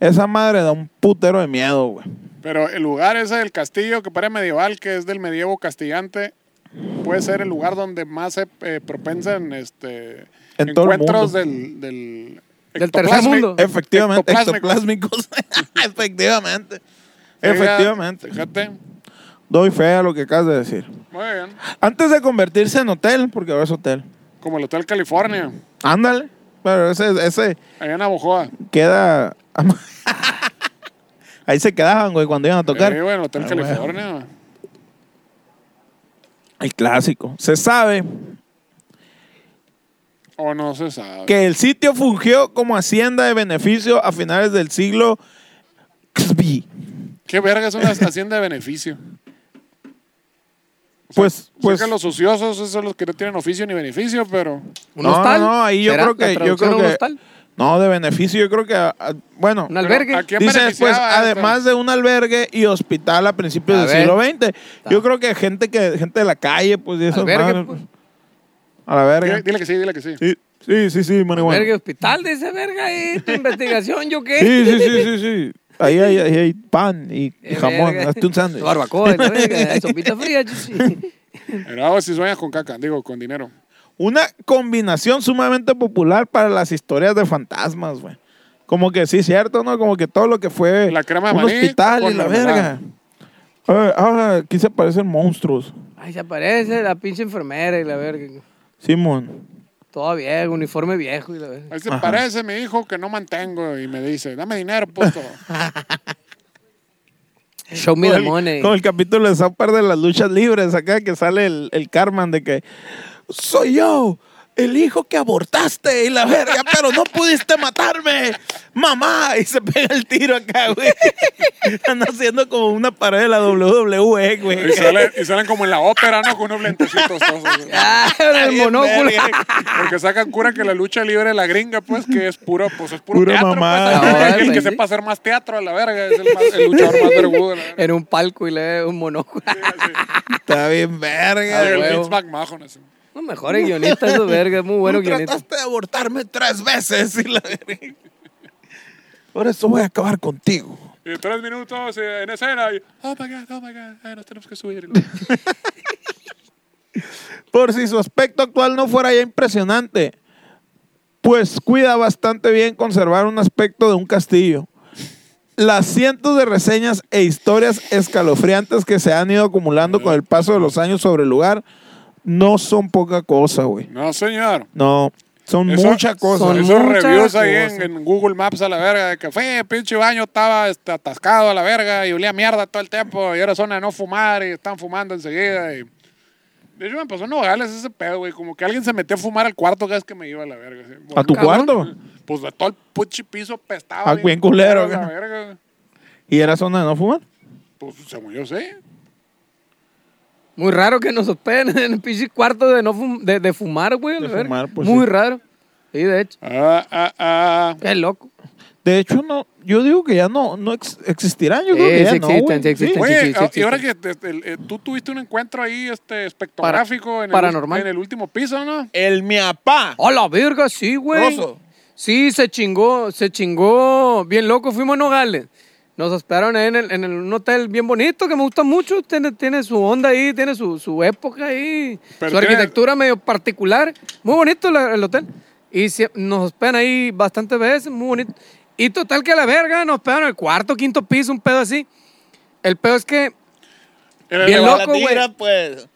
Esa madre da un putero de miedo, güey.
Pero el lugar ese del castillo que parece medieval, que es del medievo castillante, puede ser el lugar donde más se eh, propensan este,
En todo el
encuentros
mundo.
del, del,
Del
ectoplásmico-
tercer mundo.
Efectivamente,
ectoplásmico.
ectoplásmicos. [LAUGHS] Efectivamente.
Sí, ya,
Efectivamente.
Fíjate.
Doy fe a lo que acabas de decir.
Muy bien.
Antes de convertirse en hotel, porque ahora es hotel.
Como el Hotel California,
Ándale. Pero ese, ese
allá en Abojoa.
queda. [LAUGHS] Ahí se quedaban, güey, cuando iban a tocar.
Arriba en el Eh, Hotel
Ah, güey.
California. güey.
El clásico. Se sabe
O no se sabe.
que el sitio fungió como hacienda de beneficio a finales del siglo XB.
¿Qué verga es una hacienda de beneficio?
Pues,
Sé
[LAUGHS] pues.
que los ociosos esos son los que no tienen oficio ni beneficio, pero...
¿Un
no,
hostal?
no, no, ahí yo
¿Será
creo
la
que. Yo
traducción
creo
a un
que
hostal?
no, de beneficio, yo creo que. ah, ah, Bueno,
Un albergue.
¿A este quién
Dice después,
beneficiaba esto?
pues, además de un albergue y hospital a principios
A
del
ver.
siglo XX. Yo creo que gente que gente de la calle, pues, de esas
Albergue,
madres,
pues.
pues. A la verga.
Dile, dile que sí, dile que sí.
Sí, sí, sí, sí, marihuana. [LAUGHS]
[LAUGHS] Verga, hospital de esa verga, ¿eh? ¿Tu investigación yo
[LAUGHS]
qué?
Sí, sí, sí, sí, sí. Ahí hay, ahí hay pan y, y
Eh,
jamón.
verga.
Hazte un sándwich.
Barbacoa, y la
[LAUGHS]
verga, y sopita fría. chuchi.
Pero vamos, si sueñas con caca, digo, con dinero.
Una combinación sumamente popular para las historias de fantasmas, güey. Como que sí, cierto, ¿no? Como que todo lo que fue
La crema de
un
maní
hospital y
con
la
mermelada.
verga. Eh, ahora aquí se aparecen monstruos.
Ay, se aparece la pinche enfermera y la verga.
Simón.
Todo viejo, uniforme viejo y la verga.
Ahí se parece mi hijo que no mantengo y me dice, dame dinero, puto.
Show me
Como
the
el-
money.
Como el capítulo de Zapar de las luchas libres, acá que sale el, el Carman de que soy yo, el hijo que abortaste y la verga, pero no pudiste matarme, mamá. Y se pega el tiro acá, güey. [LAUGHS] Están haciendo como una pared de la WWE, güey.
y, sale- y salen como en la ópera, ¿no? Con unos lentecitos. todos, güey.
[LAUGHS] Ah, el
Bien,
monóculo. [LAUGHS]
verga.
Porque sacan cura que la lucha libre de la gringa, pues, que es puro, pues es puro
Pura
teatro.
mamada.
pues.
Ah,
el
pues,
que
sí.
sepa hacer más teatro a la verga es el, más- el luchador más vergudo. la
[LAUGHS]
verga.
en un palco y le ve un monóculo. [LAUGHS]
Está bien, verga.
Ah,
El
huevo.
Vince McMahon. así.
Los mejores guionistas, esos verga. Muy buenos
Tú
guionistas.
trataste de abortarme tres veces y la verga. Por eso voy a acabar contigo.
Y tres minutos eh, en escena y, oh my god, oh my god, ay, nos tenemos que
[LAUGHS]
subir.
Por si su aspecto actual no fuera ya impresionante, pues cuida bastante bien conservar un aspecto de un castillo. Las cientos de reseñas e historias escalofriantes que se han ido acumulando con el paso de los años sobre el lugar no son poca cosa, güey.
No, señor.
No, son
Eso-
mucha cosa.
son
Esos
muchas
reviews ahí en,
cosas.
en Google Maps a la verga, de que fue, pinche baño estaba este, atascado a la verga y olía mierda todo el tiempo y era zona de no fumar y están fumando enseguida. Y... De hecho, me pasó en Nogales ese pedo, güey, como que alguien se metió a fumar al cuarto cada vez que me iba a la verga. así.
¿A tu
Cabrón.
cuarto?
Pues de todo el pinche piso pestado.
Ah, bien culero,
a la
güey.
verga, güey.
¿Y era zona de no fumar?
Pues según yo sé.
Muy raro que nos hospeden en el pinche cuarto de, no fum- de, de fumar, güey.
De
la verga.
fumar, pues,
Muy
sí.
raro. Sí, de hecho.
Ah, ah, ah.
Es loco.
De hecho, no, yo digo que ya no, no ex- existirán, yo creo
Sí,
que ya
sí
no,
existen,
güey.
sí existen.
Oye,
sí, sí,
ah,
sí.
y ahora que este, el- eh, tú tuviste un encuentro ahí este, espectrográfico en, el,
paranormal.
en el último piso, ¿no?
El miapá.
A la verga, sí, güey.
Rosso.
Sí, se chingó, se chingó. Bien loco, fuimos a Nogales. Nos hospedaron ahí en, el- en el- un hotel bien bonito que me gusta mucho. Tiene, tiene su onda ahí, tiene su, su época ahí,
Pero
su
tiene-
arquitectura medio particular. Muy bonito la- el hotel. Y se- nos hospedan ahí bastantes veces, muy bonito. Y total que a la verga, nos hospedaron en el cuarto, quinto piso, un pedo así. El pedo es que
En el
Bien
elevador.
loco, güey.
pues.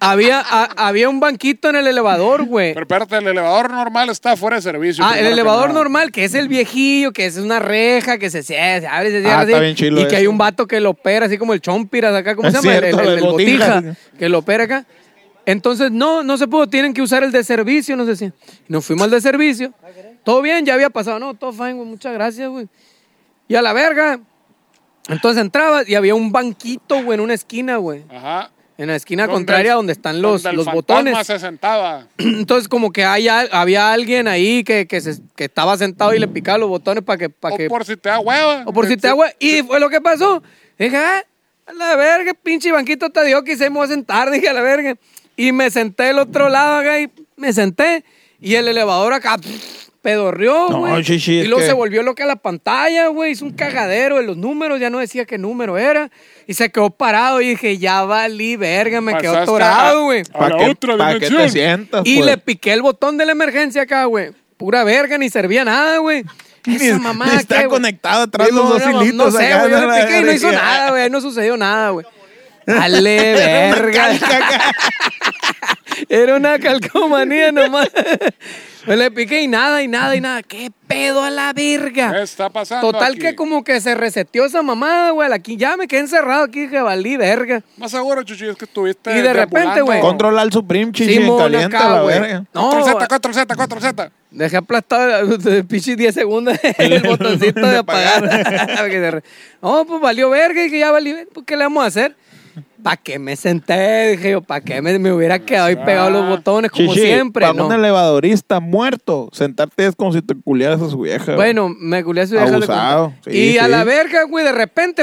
había, a- había un banquito en el elevador, güey.
Pero espérate, el elevador normal está fuera de servicio.
Ah, el
primero que
elevador
nada.
normal, que es el viejillo, que es una reja, que se, cierra, se abre, se cierra.
Ah, está
así,
bien chilo
y que hay
eso.
un vato que lo opera, así como el chompiras acá,
[LAUGHS]
¿cómo
Es
se llama? El-
cierto,
el, el-
el
el botija,
botija.
que lo opera acá. Entonces, no, no se pudo, tienen que usar el de servicio, nos decían. Y Nos fuimos al de servicio. Todo bien, ya había pasado. No, todo fine, güey, muchas gracias, güey. Y a la verga. Entonces entrabas y había un banquito, güey, en una esquina, güey.
Ajá.
En la esquina
Donde
contraria
el-
donde están los,
donde el
los
fantasma
botones.
se sentaba.
Entonces, como que hay, al- había alguien ahí que, que, se- que estaba sentado y le picaba los botones para que, para
o
que.
por si te da hueva.
o por si te agua. Y fue lo que pasó. Dije, ah, a la verga, pinche banquito te dio que se me voy a sentar. Dije, a la verga. Y me senté del otro lado acá y me senté. Y el elevador acá pff, pedorreó,
No,
güey.
sí, sí,
y
es
luego
que-
se volvió loca la pantalla, güey. Hizo un cagadero de los números, ya no decía qué número era. Y se quedó parado y dije, ya valí, verga, me quedó
Pasaste a-
atorado, güey.
A la otra
para que te
dimensión.
sientas,
Y
pues.
le piqué el botón de la emergencia acá, güey. Pura verga, ni servía nada, güey. Esa
Ni-
mamá
ni está conectado atrás los dos
No
hilitos
sé,
acá,
güey. yo
no
le
la
piqué y no hizo
verga.
nada, güey. No sucedió
[LAUGHS]
nada, güey. Dale, verga. [LAUGHS] Era una calcomanía nomás. Me le piqué y nada, y nada, y nada. ¿Qué pedo a la verga?
¿Qué está pasando
Total
aquí?
que como que se reseteó esa mamada, güey. Aquí ya me quedé encerrado aquí, que valí verga.
Más seguro, Chuchi, es que estuviste
Y de repente,
deambulando.
güey.
Control al Supreme, chichi,
Simón,
caliente
acá,
la
güey.
verga.
No,
Control Z, control Z, control Z.
Dejé aplastado el, el pinche 10 segundos [LAUGHS] el botoncito de
de
[LAUGHS] apagar. Para que se re- no, pues valió verga y que ya valió verga. Pues, ¿Qué le vamos a hacer? ¿Para qué me senté? Dije yo, ¿para qué me, me hubiera quedado ahí pegado a los botones como
Chichi,
siempre?
Para
No.
un elevadorista muerto, sentarte es como si te culiaras a su vieja. güey.
Bueno, me culé a su vieja.
Abusado,
le conté.
sí,
y a
sí.
la verga, güey, de repente,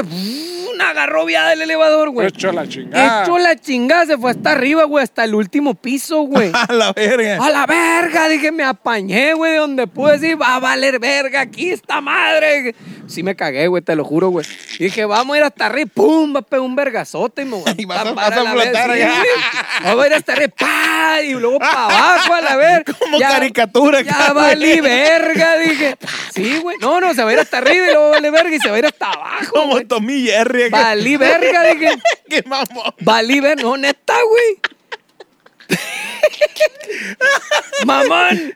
una agarrobiada del elevador, güey.
Hecho la chingada.
Hecho la chingada, se fue hasta arriba, güey, hasta el último piso, güey.
[LAUGHS] A la verga.
A la verga, dije, me apañé, güey, de donde pude decir, va a valer verga aquí esta madre. Sí me cagué, güey, te lo juro, güey. Dije, vamos a ir hasta arriba, pum, va a pegar un vergazote y me voy a
[LAUGHS] Y vas a-
tapar
vas a
la verga,
flotar
sí,
allá.
güey. Vamos a ir hasta arriba, pa, y luego para abajo, a la verga.
[LAUGHS] Como caricatura,
Ya
cabrón.
valí verga, dije. Sí, güey, no, no, se va a ir hasta arriba y luego vale verga y se va a ir hasta abajo.
Como Tommy Jerry. acá.
Valí verga, dije.
[LAUGHS] Qué mamón.
Valí ver, no, neta, güey. Mamón,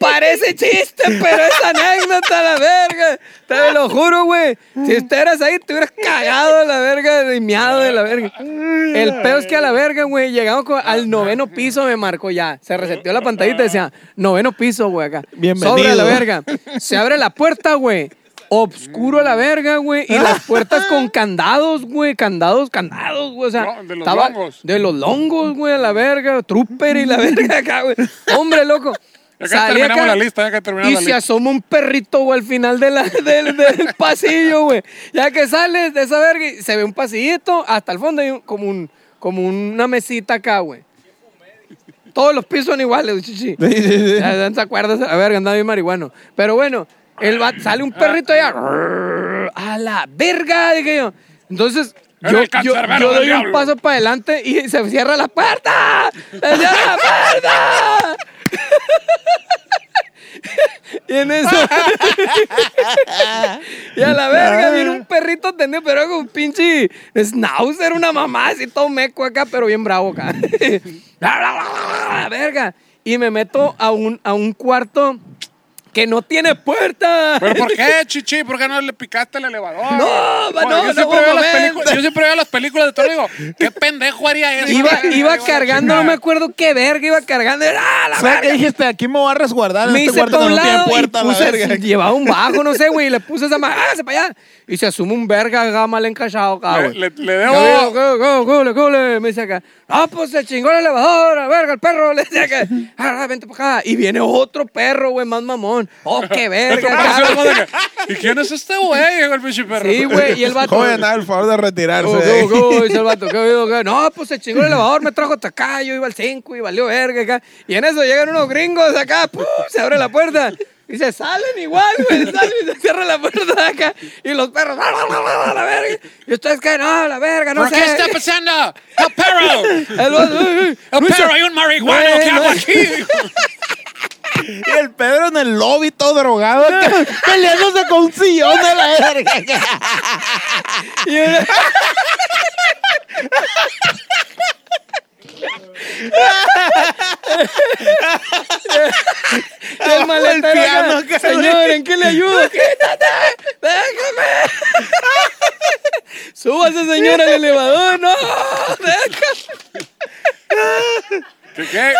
parece chiste, pero es anécdota, la verga. Te lo juro, güey. Si estuvieras ahí, te hubieras cagado, la verga, de miado de la verga. El peor es que a la verga, güey, llegamos co- al noveno piso, me marcó ya. Se reseteó la pantallita y decía, noveno piso, güey, acá.
Bienvenido.
Sobre la verga. Se abre la puerta, güey. Obscuro a la verga, güey. Y las puertas con candados, güey. Candados, candados, güey. O sea,
No, de los longos.
de los longos, güey, a la verga. Trooper y la verga acá, güey. Hombre, loco.
Ya que terminamos la lista, ya que terminamos
Y
la
se
lista.
asoma un perrito, güey, al final de la- [LAUGHS] del, del pasillo, güey. Ya que sales de esa verga y se ve un pasillito, hasta el fondo hay un- como, un, como una mesita acá, güey. Todos los pisos son iguales, chichi.
Sí, sí, [LAUGHS] sí.
Ya, ya ¿Se acuerdas? A ver, andaba bien marihuano. Pero bueno, el va- sale un perrito allá. A la verga, dije yo. Entonces,
Era
yo,
el
yo,
cancerbero
yo
del
doy un
diablo.
paso para adelante y se cierra la puerta. ¡Se cierra la puerta! [LAUGHS] y en eso.
[LAUGHS]
y a la verga, viene un perrito tendido, pero era con un pinche schnauzer, una mamá así todo meco acá, pero bien bravo acá. [LAUGHS] verga. Y me meto a un, a un cuarto que no tiene puerta.
¿Pero por qué, chichi? ¿Por qué no le picaste el elevador?
[LAUGHS] No,
Bueno,
no,
yo
no,
siempre veo las
momento.
películas, Yo siempre veo las películas de todo y digo, ¿qué pendejo
[LAUGHS]
haría eso?
Iba,
Ay,
iba
la
cargando, no
chingada.
me acuerdo qué verga iba cargando. ¡Ah, la
¿Sabes
verga!
qué dijiste? Aquí me voy a resguardar. en
me
este
hice
cuarto
para
que
un
no tiene
lado
puerta,
y
la
puse,
verga.
llevaba un bajo, no sé, güey, y le puse esa madre, ¡hágase para allá! Y se asume un verga acá mal encachado,
Le,
cabrón.
le- le
Yo digo,
debo.
"Cule, cule, cule, cule", Me dice acá, ah, pues se chingó el elevador, la verga, el perro. [LAUGHS] Le dice acá, "Ah, vente para acá. Y viene otro perro, güey, más mamón. Oh,
[LAUGHS]
qué verga.
Ah,
cabrón.
¿Y quién es este güey? Llegó el pinche perro.
Sí, güey, y el vato.
Joven, haga el favor de retirarse. eh.
Oh,
de
¿Qué
ahí.
hubo? Dice el vato, ¿qué hubo? ¿Qué? No, pues
[LAUGHS]
se chingó el elevador, me trajo hasta acá, yo iba al 5 y valió verga acá. Y en eso llegan unos gringos acá, ¡pum! se abre la puerta. Y se salen igual, güey, salen y se cierra la puerta de acá. Y los perros, ¡ah, la, la, la, la verga! Y ustedes caen, ¡ah, la verga, no
¿Pero
sé!
qué está pasando? ¡El perro!
El vato, ¡ay, ay!
¡El
Lucho,
perro! ¡Hay un marihuano!
No,
¿Qué
no.
hago aquí?
[LAUGHS] Y el Pedro en el lobby todo drogado,
[LAUGHS]
acá, peleándose con un sillón de la verga.
Y el- el maletero
piano
acá,
acá,
Señor, ¿en qué le ayudo? ¡Quítate! ¡Déjame! [LAUGHS] ¡Súbase, señor, al elevador! ¡No! ¡Déjame!
Que quede,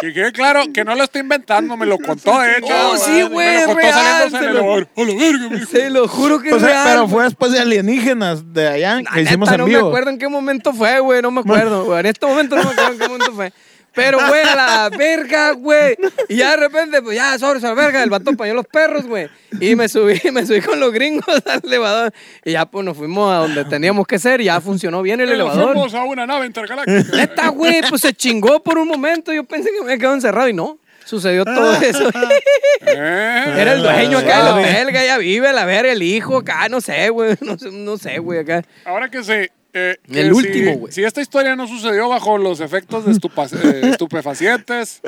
que quede claro que no lo estoy inventando, me lo contó, eh.
Oh, sí, güey,
Me lo contó
real,
saliéndose
se
en el
lo-
elevador. ¡A la verga, me dijo.
Se lo juro que
O
es
sea,
real.
pero fue después de alienígenas de allá
La
que hicimos
neta,
en
no
vivo.
me acuerdo en qué momento fue, güey. No me acuerdo, güey. En este momento no me acuerdo en qué momento fue. Pero, güey, a la verga, güey. Y ya de repente, pues ya, sobre, sobre, verga, el vato pañó los perros, güey. Y me subí, [LAUGHS] me subí con los gringos al elevador. Y ya, pues, nos fuimos a donde teníamos que ser. Ya funcionó bien el
Y nos
elevador.
fuimos a una nave intergaláctica.
Neta, güey, pues se chingó por un momento. Yo pensé que me había quedado encerrado y no. Sucedió todo
Ah.
eso. [LAUGHS]
Eh,
Era el dueño acá de la
Wow.
verga, ya vive, la verga, el hijo acá, no sé, güey. [LAUGHS] No sé, no sé, güey, acá.
Ahora que se. eh,
El
que si-
último, güey.
Si esta historia no sucedió bajo los efectos de estupa- eh, estupefacientes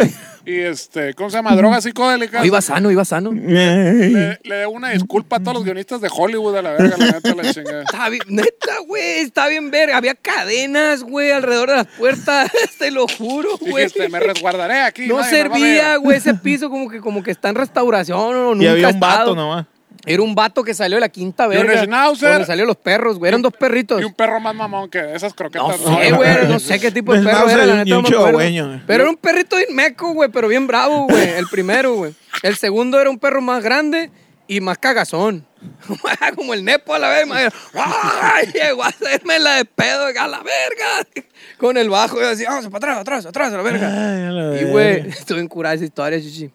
y este, ¿cómo se llama? Drogas psicodélicas.
Oh, iba sano, iba sano.
Le, le debo una disculpa a todos los guionistas de Hollywood, a la verga, la neta, la chingada.
Está bien, neta, güey, está bien verga. Había cadenas, güey, alrededor de las puertas, [LAUGHS] te lo juro, [LAUGHS] güey.
Dijiste, me resguardaré aquí.
No
nadie me va a
servía,
ver".
güey, ese piso como que, como que está en restauración o nunca
y había
ha
un vato
estado.
nomás.
Era un vato que salió de la quinta
Y un
verga.
schnauzer.
Donde salieron los perros, güey, eran dos perritos.
Y un perro más mamón que esas
No
croquetas.
sé, güey, no sé qué tipo de
Un
perro era,
schnauzer
la
y
neta
un
no me acuerdo.
chihuahueño.
Pero era un perrito bien meco, güey, pero bien bravo, güey, el primero, güey. El segundo era un perro más grande y más cagazón. [LAUGHS] Como el Nepo a la vez, madre. ¡Ay! Llegó a hacerme la de pedo, a la verga. Con el bajo, yo así, vamos, para atrás, atrás, atrás, a la verga.
Ay, a la
y,
verga.
güey, estuve en curar esa historia, chichi.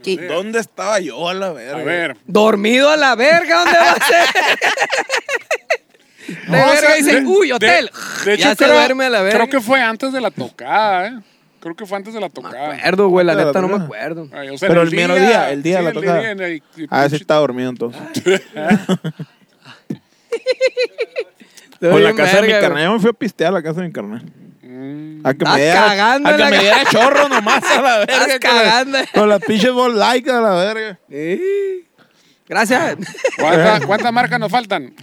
Sí.
¿Dónde estaba yo a la
A
verga?
ver.
Dormido a la verga, ¿dónde va a
[LAUGHS]
ser? De
No, o
verga
sea,
dicen,
de-
uy,
de-
hotel.
De, hecho,
ya se
creo,
duerme a la verga.
creo que fue antes de la tocada, ¿eh? Creo que fue antes de la
No me
tocada.
acuerdo, güey, la
Antes de la
neta no me
tocada.
acuerdo.
Ay, o sea,
Pero el mero día, el
sí,
día de la
el
tocada.
en el- y-
Ah, sí estaba dormido entonces. Por Pues la casa de mi carnal. Yo me fui a pistear a la casa de mi carnal. A que
Estás
me diera,
cagando
a
en
que
la
me
ca-
diera
[LAUGHS]
chorro nomás a la verga.
Estás
con la-
cagando.
Con las pinches ball like a la verga.
Eh, Gracias. [LAUGHS]
[LAUGHS]
¿Cuántas cuántas marcas nos faltan?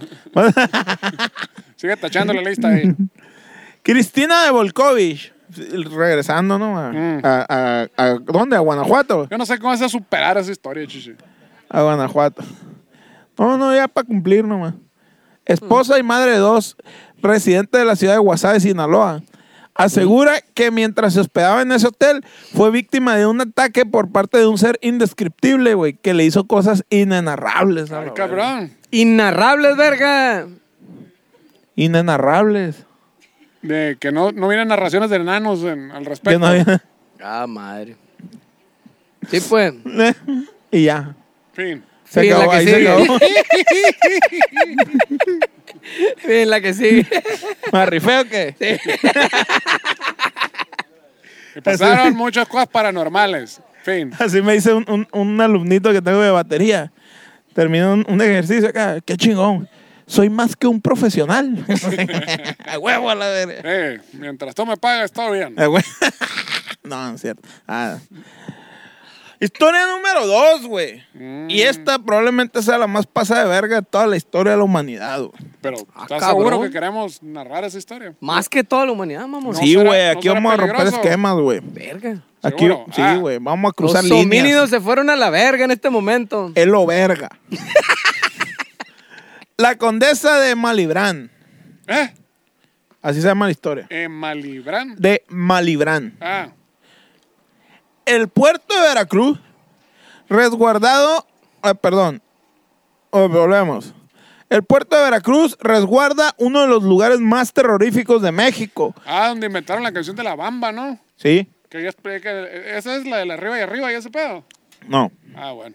Sigue tachando la lista ahí.
Cristina de Volkovich. Regresando, ¿no? A,
Mm.
a- a- a- ¿Dónde? ¿A Guanajuato?
Yo no sé cómo se superar esa historia, chichi.
A Guanajuato. No, no, ya para cumplir nomás. Esposa y madre de dos, residente de la ciudad de Guasave, Sinaloa. Asegura que mientras se hospedaba en ese hotel, fue víctima de un ataque por parte de un ser indescriptible, güey, que le hizo cosas inenarrables. a la
Ay,
verga.
cabrón.
Inarrables, verga.
Inenarrables.
De que no, no vienen narraciones de enanos en- al
Que
respecto.
no
[LAUGHS]
había- [LAUGHS]
Ah, madre. Sí, pues.
y ya. [LAUGHS]
Fin.
Se
Sí,
acabó,
la que
ahí se
sigue. [LAUGHS]
acabó.
Bien, la que sigue. [LAUGHS]
¿Marrifeo qué?
Y pasaron muchas cosas paranormales. Fin.
Así me dice un, un- un alumnito que tengo de batería. Termino un, un ejercicio acá. Qué chingón. Soy más que un profesional.
[LAUGHS]
a huevo a la verga.
Eh, mientras tú me pagas, todo bien.
A hue- [LAUGHS] no, no es cierto. Ah. Historia número dos, güey.
Mm.
Y esta probablemente sea la más pasada de verga de toda la historia de la humanidad, güey.
Pero,
Ah,
¿estás
cabrón.
seguro que queremos narrar esa historia?
Más que toda la humanidad, mamón.
No
sí,
será-
güey.
no
Aquí
será
vamos a romper
peligroso.
esquemas, güey.
Verga.
Aquí,
¿Seguro?
sí,
Ah.
güey. Vamos a cruzar
Los
líneas.
homínidos se fueron a la verga en este momento.
Es lo verga. [LAUGHS] la condesa de Malibrán.
¿Eh?
Así se llama la historia.
eh Malibran.
De Malibrán.
Ah,
El puerto de Veracruz, resguardado. ah, perdón. Oh, volvemos. El puerto de Veracruz resguarda uno de los lugares más terroríficos de México.
ah, donde inventaron la canción de la bamba, ¿no?
¿Sí?
Que ya explica. Esa es la de la arriba y arriba, ¿ya ese pedo?
No,
Ah, bueno.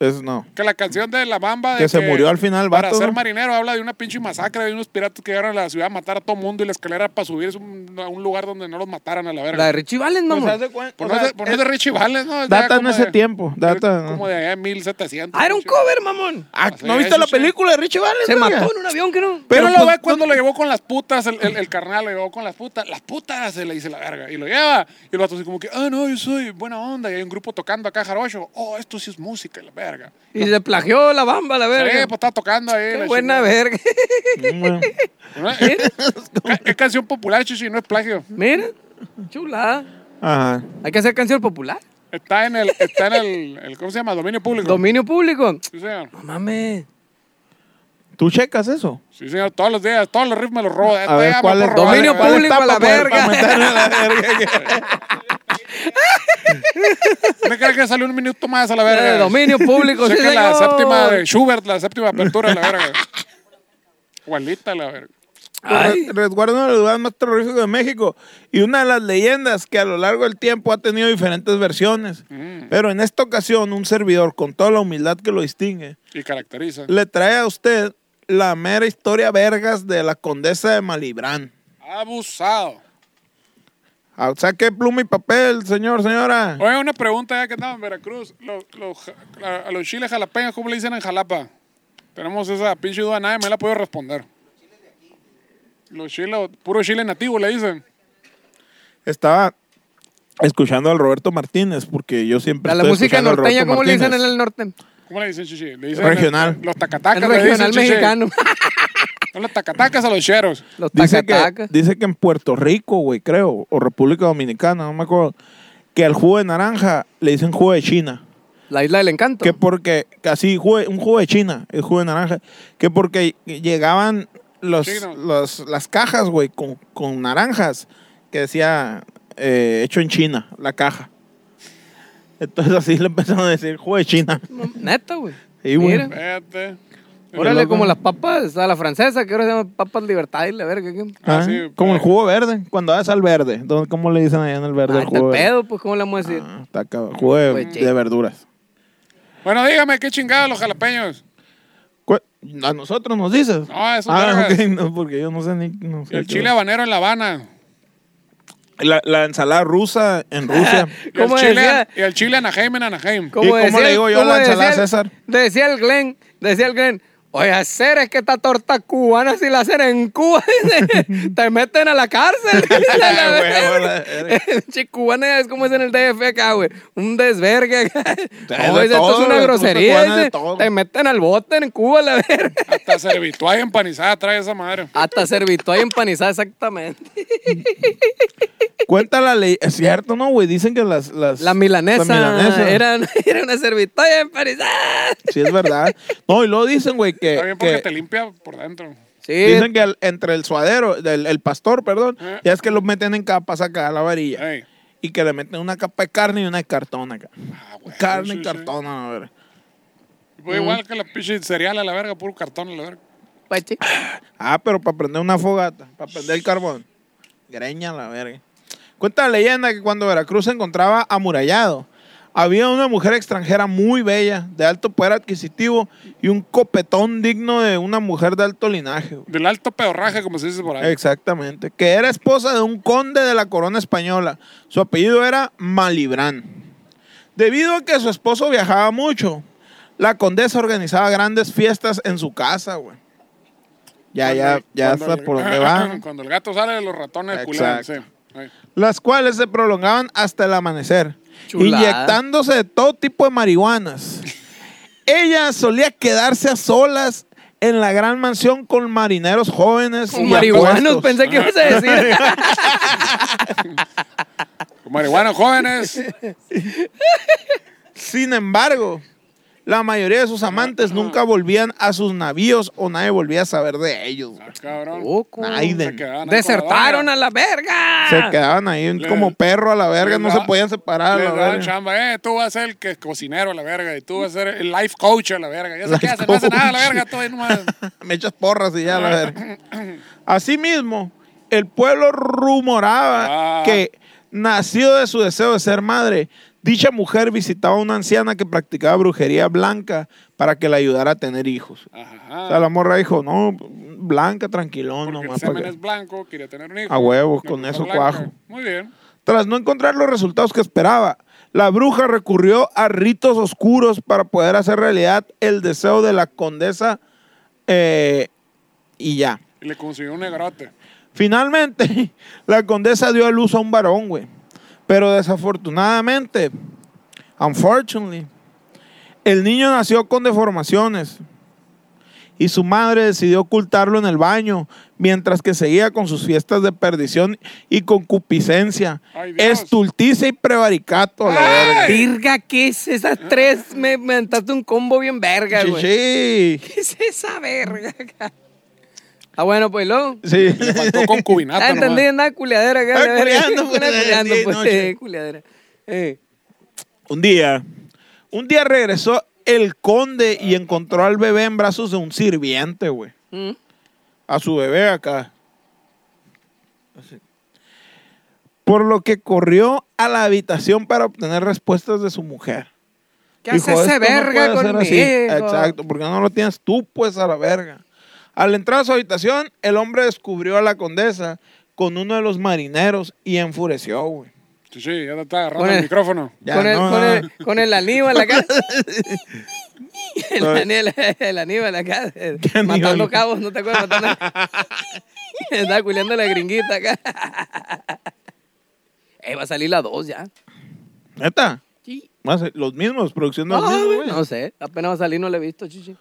eso no.
Que la canción de la bamba. De
Que se murió al final,
Para
vato,
ser
¿no?
marinero habla de una pinche masacre de unos piratas que llegaron a la ciudad a matar a todo mundo y la escalera para subir es un- a un lugar donde no los mataran a la verga.
La de Richie Valens,
Pues, haz
mamón.
de cuen-
Por
o
no
sea,
es de- por no es de Richie Valens, ¿no? Es de
Data
allá
en
como
ese
de-
tiempo,
de-
data,
Como
¿no?
de allá en 1700.
Ah, era un
pinche.
cover, mamón.
Ah,
Así
¿No
es,
viste la
sí, sí.
película de Richie Valens?
Se
verga?
mató en un avión, que no.
Pero,
Pero,
lo
pues,
ve cuando lo llevó con las putas, el, el, el carnal lo llevó con las putas, las putas, se le dice la verga, y lo lleva. Y el vato así como que, ah, no, yo soy buena onda, y hay un grupo tocando acá, jarocho, oh, esto sí es música, y la verga.
Y se plagió la bamba, la
Sí,
verga.
pues está tocando ahí.
Qué
la chingada.
buena verga. [LAUGHS]
Bueno.
¿No? Es, es canción popular, chichi, no es plagio.
Mira, chulada.
Ajá.
Hay que hacer canción popular.
Está en el, está en el, el- ¿cómo se llama? Dominio público.
Dominio público.
sí, señor.
No
Eh,
mames.
¿Tú checas eso?
Sí, señor, todos los días, todos los riffs me los robo.
A ver,
Ya,
¿cuál
me
es?
puedo robar, ¿eh?
Dominio
ya,
¿Cuál
público
está
a la
para poder-
verga.
para meterle a la verga?
¿No crees que salió un minuto más a la verga?
Eh, dominio público, sí,
Checa la
señor.
séptima de Schubert, la séptima apertura, la verga. Igualita, la verga.
Ay.
Pues, Re- Resguarda uno de los lugares más terroríficos de México y una de las leyendas que a lo largo del tiempo ha tenido diferentes versiones.
Mm.
Pero en esta ocasión, un servidor, con toda la humildad que lo distingue,
Y caracteriza.
le trae a usted la mera historia vergas de la condesa de Malibrán.
Abusado.
Ah, Saque pluma y papel, señor, señora.
Oye, una pregunta ya que andamos en Veracruz. Lo- lo ja- a, a los chiles jalapeños, ¿cómo le dicen en Jalapa? Tenemos esa pinche duda, nadie me la puede responder. Los chiles, puro chile nativo le dicen.
Estaba escuchando al Roberto Martínez porque yo siempre
A la
estoy
música
escuchando al
norteña,
Roberto
¿cómo le dicen en
Martínez. Ah,
el norte?
¿Cómo le dicen, chichi? Le dicen
Regional.
Los, los tacatacas.
El
le dicen,
regional
chichi.
[LAUGHS]
mexicano.
Son los tacatacas a los cheros.
Los
Dice que,
tacatacas.
dice que en Puerto Rico, güey, creo, o República Dominicana, no me acuerdo, que al jugo de naranja le dicen jugo de China.
La isla del encanto.
Que porque, casi un jugo de China, el jugo de naranja, que porque llegaban los,
Chino.
los- las cajas, güey, con, con naranjas, que decía eh, hecho en China, la caja. Entonces así le empezaron a decir jugo de China.
No, Neta, güey.
Y bueno,
Mira.
Vete.
Órale,
loco.
como las papas a la francesa, que ahora se llama papas libertad y la verga. ¿qué?
Ah,
ah,
sí,
como
eh.
el jugo verde, cuando vas al verde. ¿dó- ¿Cómo le dicen allá en el verde?
Ah,
el
está
jugo
el
verde?
pedo, pues, ¿cómo le vamos a decir?
Ah, está cabrón. Jugo de,
Pues, sí.
de verduras.
Bueno, dígame, ¿qué chingados los jalapeños?
¿Cu- ¿A nosotros nos dices?
No, eso
Ah,
vergas.
ok, no, porque yo no sé ni... no sé
El
qué-
chile habanero en La Habana.
La, la ensalada rusa
[LAUGHS]
en Rusia.
Y el
¿Cómo
chile,
decía?
y el chile Anaheim en Anaheim.
¿Y cómo le digo yo a la
cómo
ensalada,
decía el-
César?
Decía el Glenn, decía el Glenn, oye, hacer es que esta torta cubana, si la hacen en Cuba, [LAUGHS] dice, te meten a la cárcel. [LAUGHS] dice, a la
Ah, [LAUGHS] Güey, eh.
verga.
güey, la verga.
[LAUGHS] Che, cubana es como es en el DF acá, güey. Un desvergue
[LAUGHS]
acá.
de
Oye, esto
todo,
es una
güey, torta
grosería.
cubana de
dice,
todo.
te meten al bote en Cuba, la verga.
Hasta servitualla empanizada trae esa madre.
Eh,
Hasta servitó ahí empanizada, exactamente.
Cuenta la ley. Es cierto, ¿no, güey? Dicen que las... las
La milanesa,
las milanesas.
Era, era una servitoya empanizada.
Sí, es verdad. No, y luego dicen, güey,
Está
que...
bien porque
que
te limpia por dentro.
Sí,
Dicen que el- entre el suadero, el, el pastor, perdón,
Ah.
ya es que lo meten en capas acá a la varilla.
Ey.
Y que le meten una capa de carne y una de cartón acá.
Ah, güey,
carne
sí,
y
sí.
cartón, a ver.
Fue Igual que la pinche cereal a la verga, puro cartón a la verga.
pues, sí.
Ah, pero para prender una fogata, para prender el carbón. Greña la verga. Cuenta la leyenda que cuando Veracruz se encontraba amurallado, había una mujer extranjera muy bella, de alto poder adquisitivo y un copetón digno de una mujer de alto linaje. güey.
Del alto pedorraje, como se dice por ahí.
Exactamente. Que era esposa de un conde de la corona española. Su apellido era Malibrán. Debido a que su esposo viajaba mucho, la condesa organizaba grandes fiestas en su casa, güey. Ya, ya,
Cuando-
ya
cuando
hasta
el- [CLEARS THROAT]
por donde va.
[COUGHS] Cuando el gato sale, los ratones culean, sí. Ey.
Las cuales se prolongaban hasta el amanecer,
Chulada.
inyectándose de todo tipo de marihuanas. Ella solía quedarse a solas en la gran mansión con marineros jóvenes
Como
y apuestos.
marihuanos,
Ah.
pensé que ibas a decir.
Con marihuana,
[LAUGHS]
jóvenes.
Sin embargo, la mayoría de sus amantes nunca volvían a sus navíos o nadie volvía a saber de ellos. güey.
Ah,
[LAUGHS]
cabrón.
Uh,
Poco.
Naiden.
Se quedaban ahí
Desertaron
con la doña.
a la verga.
Se quedaban ahí
Le-
como perro a la verga,
Les
no se
da-
podían separar. a
les
la
daban
verga.
chamba. Eh, tú vas a ser el que cocinero a la verga. Y tú vas a ser el life coach a la verga.
[LAUGHS]
Ya se
Life
queda, se no hace
coach.
nada a la verga. Tú ahí nomás.
[LAUGHS] Me echas porras y ya a la verga. Asimismo, el pueblo rumoraba
Ah.
que, nacido de su deseo de ser madre, dicha mujer visitaba a una anciana que practicaba brujería blanca para que la ayudara a tener hijos. O sea,
Ajá.
la morra dijo, no, blanca, tranquilón,
Porque el
nomás.
semen
para que-".
es blanco, quería tener un hijo.
A huevos,
Una
con
mujer
eso
blanca.
cuajo.
Muy bien.
Tras no encontrar los resultados que esperaba, la bruja recurrió a ritos oscuros para poder hacer realidad el deseo de la condesa eh, y ya.
Y le consiguió un
[LAUGHS]
negrote.
Finalmente, [LAUGHS] la condesa dio a luz a un varón, güey. Pero desafortunadamente, unfortunately, el niño nació con deformaciones y su madre decidió ocultarlo en el baño mientras que seguía con sus fiestas de perdición y concupiscencia,
Ay, Dios.
estulticia y prevaricato. a la
Ay,
verga.
Virga, ¿qué es esas tres? Me me aventaste un combo bien verga, güey.
Sí,
¿Qué es esa verga? acá? Ah, bueno, pues luego.
sí. [LAUGHS]
Le faltó concubinato.
Ah,
pues,
entendí,
nomás.
andaba culiadera acá.
Ah,
la verga.
culeando, pues,
[LAUGHS] Andaba culeando,
sí,
pues,
no,
eh,
sí.
culiadera. Eh,
Un día, un día regresó el conde y encontró al bebé en brazos de un sirviente, güey.
mm.
a su bebé acá. Así. Por lo que corrió a la habitación para obtener respuestas de su mujer.
¿Qué
Dijo,
hace ese
"Esto no
verga
puede ser
conmigo?
así". Exacto, porque no lo tienes tú, pues, a la verga. Al entrar a su habitación, el hombre descubrió a la condesa con uno de los marineros y enfureció, güey.
Sí, sí, ya te está agarrando
Pone-
el micrófono.
Ya,
con, el,
no,
con,
no.
el, con el
[LAUGHS]
Aníbal acá. el, Aníbal, el Aníbal acá. eh,
[LAUGHS] ¿Qué Aníbal?
Matando cabos, ¿no te acuerdas? Matando... [LAUGHS] Estaba culeando la gringuita acá. [LAUGHS] eh, va a salir la 2 ya.
Neta,
Sí.
más, eh, los mismos, producción de
No,
los mismos, güey.
Ah, no sé, apenas va a salir, no la he visto, chichi.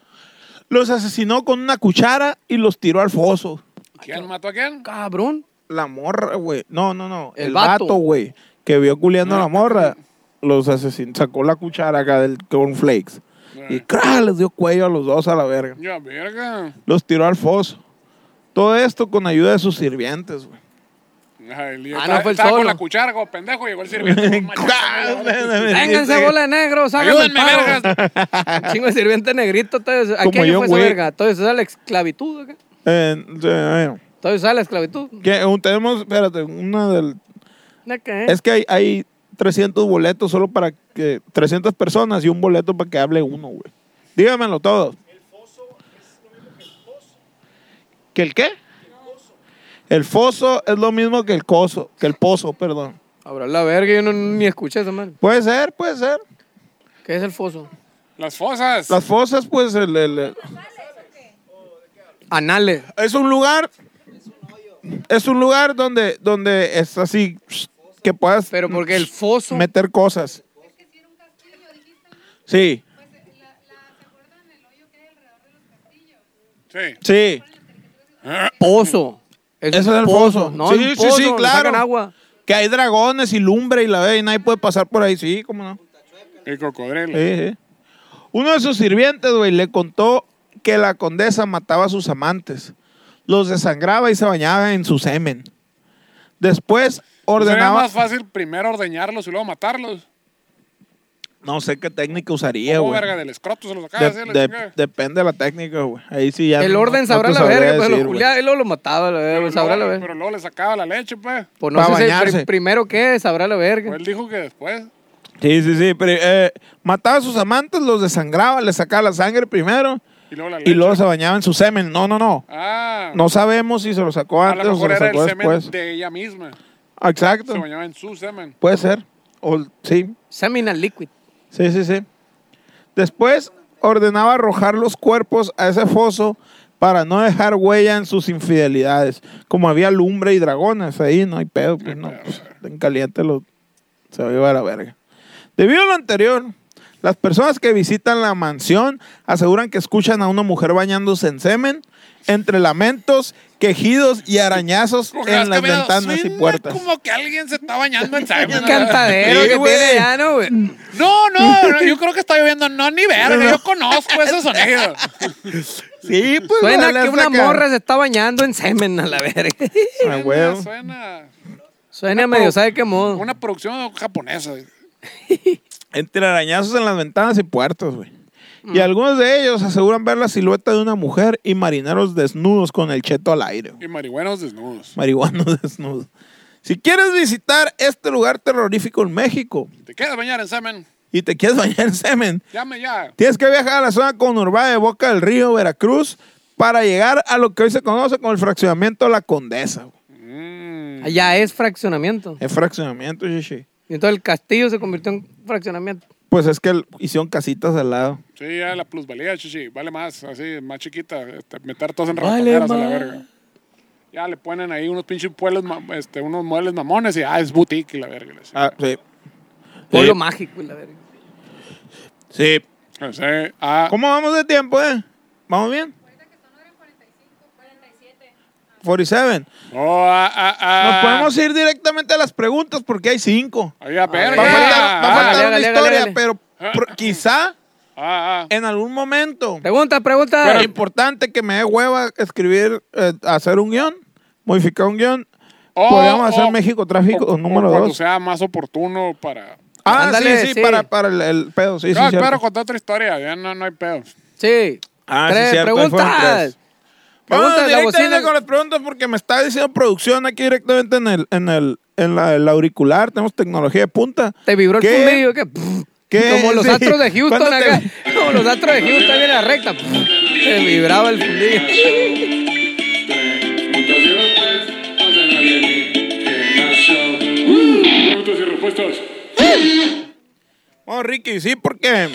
Los asesinó con una cuchara y los tiró al foso.
¿Quién mató a quién?
Cabrón.
la morra, güey. No, no, no. El,
El
vato,
vato.
güey, que vio culiando a la morra, los asesinó. Sacó la cuchara acá del cornflakes. Y
Eh.
¡cra! les dio cuello a los dos a la verga.
Ya, verga.
[LAUGHS] Los tiró al foso. Todo esto con ayuda de sus sirvientes, güey.
Mm. Ajá, el-
Ah,
estaba-
no fue el
estaba con
solo.
la cuchara como pendejo llegó el
[LAUGHS]
sirviente.
Vénganse, bola de negros, háganme el
Ayúdenme,
paro.
vergas.
Un chingo de sirviente negrito. Todo eso. Aquí
Como
año
yo,
fue esa
güey.
verga. Todo eso es la esclavitud. acá.
Eh, eh,
Todo eso es la esclavitud.
que, eh, tenemos, espérate, una del,
¿De qué?
es que hay, hay 300 boletos solo para que, 300 personas y un boleto para que hable uno, güey. Dígamelo todos. ¿Que el qué? El foso es lo mismo que el coso, que el pozo, perdón.
Ahora la verga, yo no, ni escuché esa man.
Puede ser, puede ser.
¿Qué es el foso?
Las fosas.
Las fosas, pues, el- el,
Anales.
es un lugar es un lugar donde donde es así que puedas
Pero porque el foso.
meter cosas sí
Sí.
sí
Pozo.
Eso es el foso.
No,
Sí,
el
sí, sí,
pozo,
sí,
le
claro.
sacan agua.
que hay dragones y lumbre y la ve y nadie puede pasar por ahí sí cómo no
El cocodrilo.
Sí, sí. uno de sus sirvientes güey le contó que la condesa mataba a sus amantes los desangraba y se bañaba en su semen después
¿No sería
ordenaba
más fácil primero ordeñarlos y luego matarlos.
no sé qué técnica usaría
¿Cómo
güey
verga del escroto se los acaba de,
De-
hacer?
de-
la chingada?
depende de la técnica, güey. Ahí sí ya.
El
no-
orden
no
sabrá
te
la verga,
sabría
pues lo
decir, güey.
juliaba él o lo mataba, la verga,
Pero
sabrá la
luego-
verga.
Pero luego le sacaba la leche, pues.
Pues no
Pa'
sé si el pri-
bañarse.
primero qué es, sabrá la verga.
Pues él dijo que después.
Sí, sí, sí. Pero, eh, mataba a sus amantes, los desangraba, les sacaba la sangre primero
Y luego la leche.
y luego se bañaba en su semen. No, no, no.
Ah.
No sabemos si se lo sacó
a
antes
lo
o se
mejor
lo
era
sacó
el
después. Ah,
semen de ella misma.
Exacto.
Se bañaba en su semen.
Puede ser. O, sí,
Seminal liquid.
sí, sí, sí. Después ordenaba arrojar los cuerpos a ese foso para no dejar huella en sus infidelidades. Como había lumbre y dragones ahí, no hay pedo, pues no. pues, en caliente lo, se va a llevar a la verga. Debido a lo anterior, las personas que visitan la mansión aseguran que escuchan a una mujer bañándose en semen, entre lamentos, quejidos y arañazos en las ventanas y
Suena
puertas.
Como que alguien se está bañando en semen.
Un cantadero
Sí,
que
güey.
tiene ya, ¿no, güey?
No, no, no, yo creo que está lloviendo. No, ni verga. Yo conozco ese
[LAUGHS]
sonido.
Sí, [LAUGHS] pues.
Suena
dale
que una
hasta acá.
morra se está bañando en semen a la verga.
Ah, huevo.
Suena.
Suena medio, ¿sabe qué modo?
Una producción japonesa.
entre arañazos en las ventanas y puertas, güey. Y algunos de ellos aseguran ver la silueta de una mujer y marineros desnudos con el cheto al aire. güey. [LAUGHS]
Y marihuanos desnudos.
Marihuanos desnudos. Si quieres visitar este lugar terrorífico en México
¿Te quieres bañar en semen?
y te quieres [LAUGHS] bañar en semen,
Llame ya.
tienes que viajar a la zona conurbada de Boca del Río, Veracruz, para llegar a lo que hoy se conoce como el fraccionamiento La Condesa. güey.
Mm.
Allá es fraccionamiento.
Es fraccionamiento, shishi.
Y entonces el castillo se convirtió en fraccionamiento.
Pues es que el- hicieron casitas al lado.
Sí, ya la plusvalía, chichi. Vale más, así, más chiquita. este, meter todos en
Vale
ratoneras a la
más.
verga. Ya le ponen ahí unos pinches pueblos, ma- este, unos muebles mamones y ah, es boutique y la verga. la chingada.
Ah, sí.
Pueblo
Sí.
mágico, y la verga.
Sí.
O sea, ah,
¿Cómo vamos de tiempo, eh? ¿Vamos bien? 47.
oh, ah, ah, ah.
Nos podemos ir directamente a las preguntas porque hay cinco.
Ahí a
Va a
verga.
faltar, va a
Ah,
faltar
Hágale,
una
hágale,
historia,
hágale.
pero por- quizá
ah, ah.
en algún momento
Pregunta, pregunta.
pero importante que me dé hueva escribir, eh, hacer un guión, modificar un guión.
O-
Podríamos
o-
hacer México Tráfico
Oh, o- o
número
oh, Cuando
dos.
sea más oportuno para.
ah,
Ándale,
sí, sí,
sí.
para, para el, el pedo. Sí, sí,
no,
cierto.
espero contar otra historia, ya no, no hay pedo.
Sí.
Ah, sí,
tres
cierto, ahí fueron tres.
preguntas.
Vamos
Preguntas, la
directamente
bocina.
con las preguntas porque me está diciendo producción aquí directamente en el, en el, en la, el auricular. Tenemos tecnología de punta.
Te vibró el
¿Qué?
fundillo. Que,
¿Qué?
Como los
Sí.
astros de Houston
¿Cuándo te-
acá. Como los astros de Houston viene la recta. Te vibraba el fundillo.
pues, Preguntas y respuestas.
Oh, Ricky, sí, porque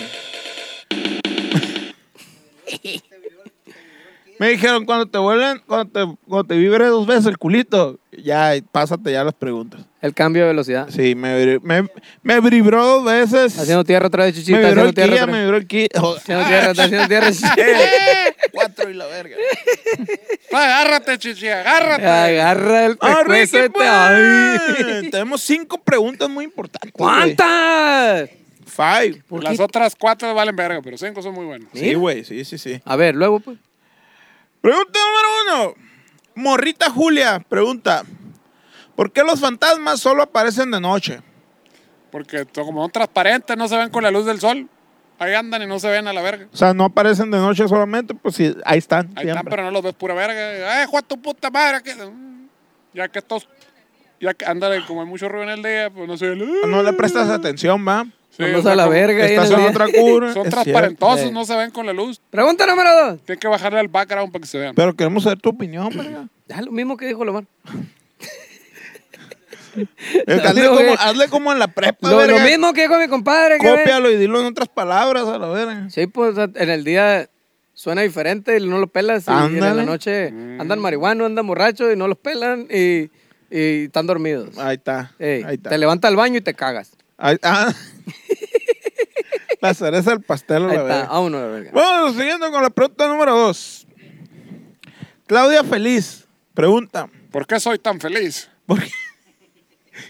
me dijeron cuando te vuelven, cuando te, cuando te vibre dos veces el culito, ya pásate ya las preguntas.
El cambio de velocidad.
Sí, me, vibri- me, me vibró dos veces.
Haciendo tierra otra vez, chichita.
me vibró
Haciendo
el
tierra,
kia,
otra
me
vez.
vibró el kia. Eh,
haciendo tierra, está haciendo
[LAUGHS]
tierra.
Cuatro y la verga.
Agárrate, chichi, agárrate.
Agarra el
Ah,
pescuezo
Ricky,
este. ay. [LAUGHS]
pues. Tenemos cinco preguntas muy importantes. güey.
¿Cuántas?
Five.
¿Por
Las
qué?
otras cuatro valen verga, pero cinco son muy buenas.
Sí, güey, sí, sí, sí.
A ver, luego pues.
Pregunta número uno. Morrita Julia pregunta: ¿Por qué los fantasmas solo aparecen de noche?
Porque to- como son transparentes, no se ven con la luz del sol. Ahí andan y no se ven a la verga.
O sea, no aparecen de noche solamente, pues sí, ahí están.
Ahí están,
siempre.
pero no los ves pura verga. ¡Eh, Juan, tu puta madre! que- mm, Ya que estos. Ya que, ándale, como hay mucho ruido en el día, pues no sé.
No le prestas atención, va.
Sí,
Vamos
o sea,
a la
como-
verga. ahí en
Estás
el
en
día. [LAUGHS]
otra cura.
Son
es
transparentosos,
cierto. eh.
no se ven con la luz.
Pregunta número dos.
Tienen que bajarle al background para que se vean.
Pero queremos saber tu opinión,
[LAUGHS]
verga.
Ah, lo mismo que dijo Lomar.
Eh, hazle,
digo
como,
que-
hazle como en la prepa,
Lo, lo
verga.
mismo que dijo mi compadre. que ve.
Cópialo y dilo en otras palabras, a la verga.
Sí, pues en el día suena diferente y no los pelas. Y, en la
Ándale. Mm.
noche andan marihuanos, andan borrachos y no los pelan y, y están dormidos.
Ahí está.
Ey,
ahí está.
Te levanta al baño y te cagas.
Ahí- ah. la cereza del pastel, a
Ahí
la
está,
verga.
a uno la verga.
Bueno, siguiendo con la pregunta número dos. Claudia Feliz pregunta.
¿Por qué soy tan feliz?
¿Por qué?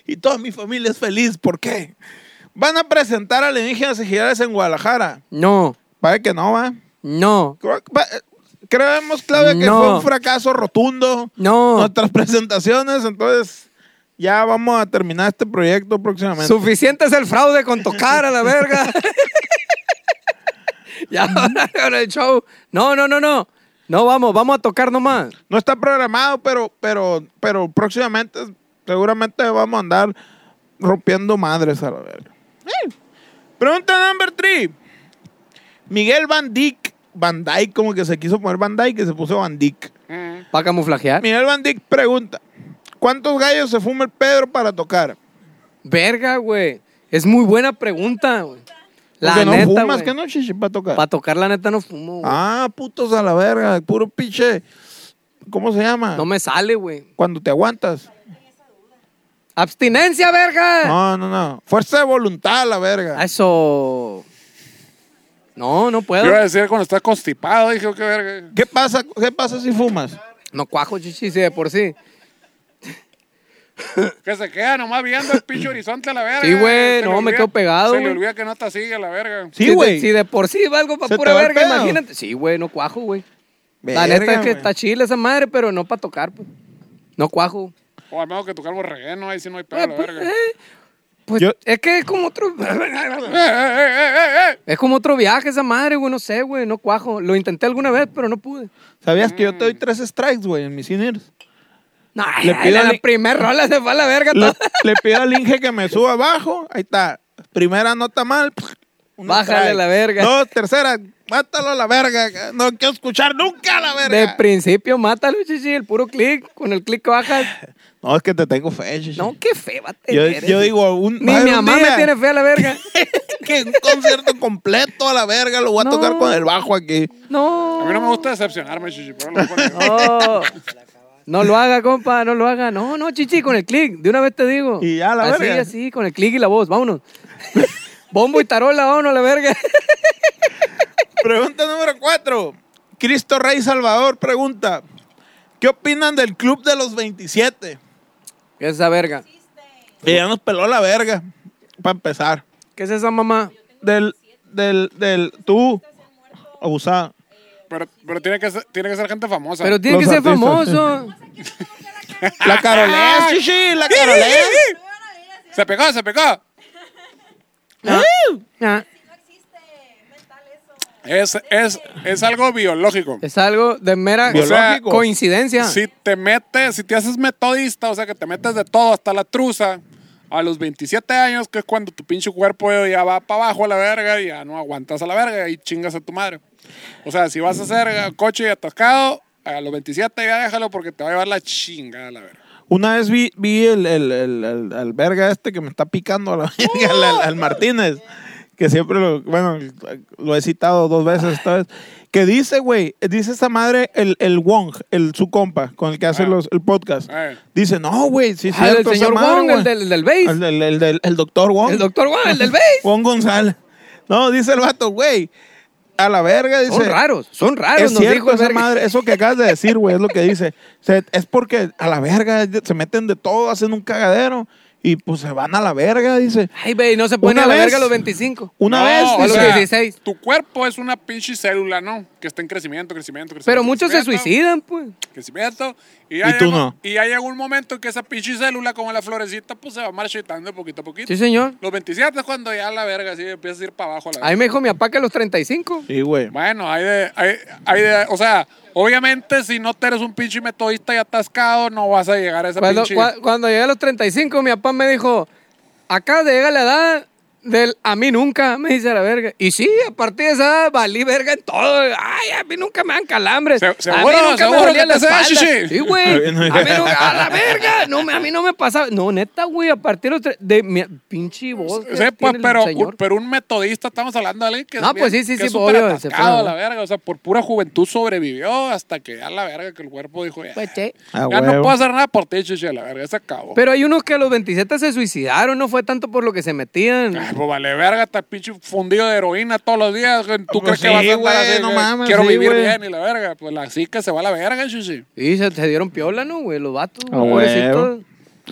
Y toda mi familia es feliz. ¿Por qué? Van a presentar alienígenas y gigantes en Guadalajara.
No,
Parece que no, va.
no,
Creo- pa- Creemos, Claudia, que
No.
fue un fracaso rotundo.
no.
Nuestras [LAUGHS] presentaciones, entonces ya vamos a terminar este proyecto próximamente.
Suficiente es el fraude con tocar a la
[LAUGHS]
verga. ya ahora con el show. No, no, no, no. No vamos, vamos a tocar nomás.
no está programado, pero, pero, pero próximamente seguramente vamos a andar rompiendo madres a la verga.
Mm.
Eh. Pregunta number three. Miguel Van Dyck, Van Dyck, como que se quiso poner Van Dyck y se puso Van Dyck.
Mm.
¿Para camuflajear?
Miguel Van Dyck pregunta, ¿cuántos gallos se fuma el Pedro para tocar?
Verga, güey. Es muy buena pregunta, güey. La
Porque no
neta,
fumas,
güey.
que no chichi para tocar.
Para tocar la neta no fumo, güey.
ah, putos a la verga, puro pinche. ¿Cómo se llama?
No me sale, güey.
Cuando te
[LAUGHS]
aguantas.
¡Abstinencia, verga!
No, no, no. Fuerza de voluntad a la verga.
Eso. No, no
Yo iba a
puedo.
decir cuando estás constipado, dije, qué verga.
¿Qué pasa, ¿Qué pasa si fumas?
No cuajo, chichi, si de por sí.
Que se queda nomás viendo el
[LAUGHS]
pinche horizonte a la verga.
Sí,
Se
güey,
le
no, me
olvida-
quedo pegado,
Se le
güey.
olvida que no está así a la verga.
Sí,
Si de-
güey.
Si de por sí valgo
Se
para
te
pura
va el
verga,
pedo.
imagínate. Sí, güey, no cuajo, güey. La
Verga,
neta es que
güey.
está chila esa madre, pero no para tocar, pues. No cuajo.
O al menos que tocar borregué, no, ahí sí no hay pedo a
Güey,
la
pues,
verga.
eh, pues,
Yo-
es que es como otro.
[LAUGHS]
[LAUGHS]
¡Eh, eh, eh, eh, eh!
Es como otro viaje esa madre, güey, no sé, güey, no cuajo. Lo intenté alguna vez, pero no pude.
¿Sabías que yo te doy tres strikes, güey, en mis
[LAUGHS]
cines?
No,
Le
la-
pido
la,
al-
primer rola se fue a la verga
Le,
toda.
le pido al Inge que me suba abajo. Ahí está. Primera nota mal. un
Bájale
strike.
la verga.
Dos, tercera. Mátalo a la verga. No quiero escuchar nunca a la
De
verga.
principio, mátalo, chichi, el puro clic, con el clic que bajas.
No, es que te tengo fe, chichi.
No, qué fe va a
yo,
tener.
yo
eh.
digo, un,
Ni
va a
mi
haber un
mamá me
día
tiene fe a la verga.
[LAUGHS] que un concierto completo a la verga lo voy a
No.
tocar con el bajo aquí.
A
No.
mí no me gusta decepcionarme, chichi, pero lo voy a
[LAUGHS]
poner.
No. No lo haga, compa, no lo haga. No, no, chichi, con el clic, de una vez te digo.
Y ya, la
así,
verga.
Así, así, con el clic y la voz,
[LAUGHS]
vámonos. Bombo y tarola, vámonos a la verga. [LAUGHS]
Pregunta número cuatro. Cristo Rey Salvador pregunta: ¿Qué opinan del club de los 27?
¿Qué es esa verga?
Que ya nos peló la verga. Para empezar.
¿Qué es esa mamá?
Del, del, del, tú, abusada.
Pero, pero tiene, que ser, tiene que ser gente famosa.
Pero tiene
Los
que ser
artistas. [LAUGHS]
famoso.
La Carolés, chichi, la Carolés.
Se pegó, se pegó.
Ah,
Es, es, es algo biológico.
Es algo de mera
O sea,
coincidencia.
Si te metes, si te haces metodista, o sea que te metes de todo hasta la truza, a los 27 años, que es cuando tu pinche cuerpo ya va para abajo a la verga y ya no aguantas a la verga y chingas a tu madre. O sea, si vas a hacer eh, coche atascado, a los 27 ya déjalo porque te va a llevar la chinga a la verga.
Una vez vi, vi el, el, el, el- el verga este que me está picando a la [LAUGHS] verga, al, al- al Martínez, que siempre lo, bueno, lo he citado dos veces, esta vez, que dice, güey, dice esa madre, el, el Wong, el, su compa, con el que hace
Ah.
los, el podcast.
Ah.
Dice, no, güey, sí,
Ah,
cierto, esa
el señor
madre,
Wong, el
güey".
del, el del bass.
El, del- el del- el doctor Wong.
El doctor Wong, el del bass.
Juan González. No, dice el vato, güey. A la verga, dice.
Son raros, son raros,
Es
nos
cierto
dijo el
esa
verga.
madre, eso que acabas de decir, güey, es lo que dice. O sea, es porque a la verga se meten de todo, hacen un cagadero. Y pues se van a la verga, dice.
Ay, güey, no se pone
Una
a la
vez-
verga a los 25.
Una
No,
vez,
o
dice,
sea,
16.
Tu cuerpo es una pinche célula, ¿no? Que está en crecimiento, crecimiento, crecimiento.
Pero muchos se
crecimiento,
suicidan, pues.
Crecimiento. Y, ya
Y tú
llega-
no.
Y ya llega un momento que esa pinche célula, como la florecita, pues se va marchitando poquito a poquito.
Sí, señor.
Los 27 es cuando ya la verga, así empiezas a ir para abajo. a La verga.
Ahí me dijo mi papá que a los 35.
sí, güey.
Bueno, hay de, hay, hay de. O sea, obviamente, si no te eres un pinche metodista y atascado, no vas a llegar a esa
Cuando,
pinche.
cua- cuando llegué a los 35, mi papá me dijo, acá llega la edad del a mí nunca, me dice la verga. Y sí, a partir de esa edad valí verga en todo. Ay, a mí nunca me dan calambres.
Se-
a mí
seguro,
nunca
seguro
me dolía
que
la
te sea,
espalda.
chichi.
Sí, güey.
A mí
A
no-
mí nunca, a la verga. No, me- a mí no me pasaba. No, neta, güey, a partir de los... tre- De mi pinche voz. que
Sí, pues,
tiene el
pero,
señor.
un- pero un metodista, estamos hablando de alguien que.
No,
es bien-
pues sí, sí,
que
sí,
es súper
obvio, se
atascado,
fue,
a
¿no?
la verga. O sea, por pura juventud sobrevivió hasta que ya la verga que el cuerpo dijo. Ya,
Pues, sí.
Ah,
ya no
huevo.
puedo hacer nada por ti, chiche, a la verga, se acabó.
Pero hay unos que a los 27 se suicidaron, no fue tanto por lo que se metían.
Ay, pues vale, verga, está pinche fundido de heroína todos los días. ¿Tú
Pues
crees que
sí,
vas a andar
güey,
así,
no
güey?
mames,
Quiero
sí,
vivir
güey.
bien y la verga. Pues la sí que se va a la verga, chiche.
Y se, se dieron piola, ¿no, güey? Los vatos.
Ah,
Pobrecitos.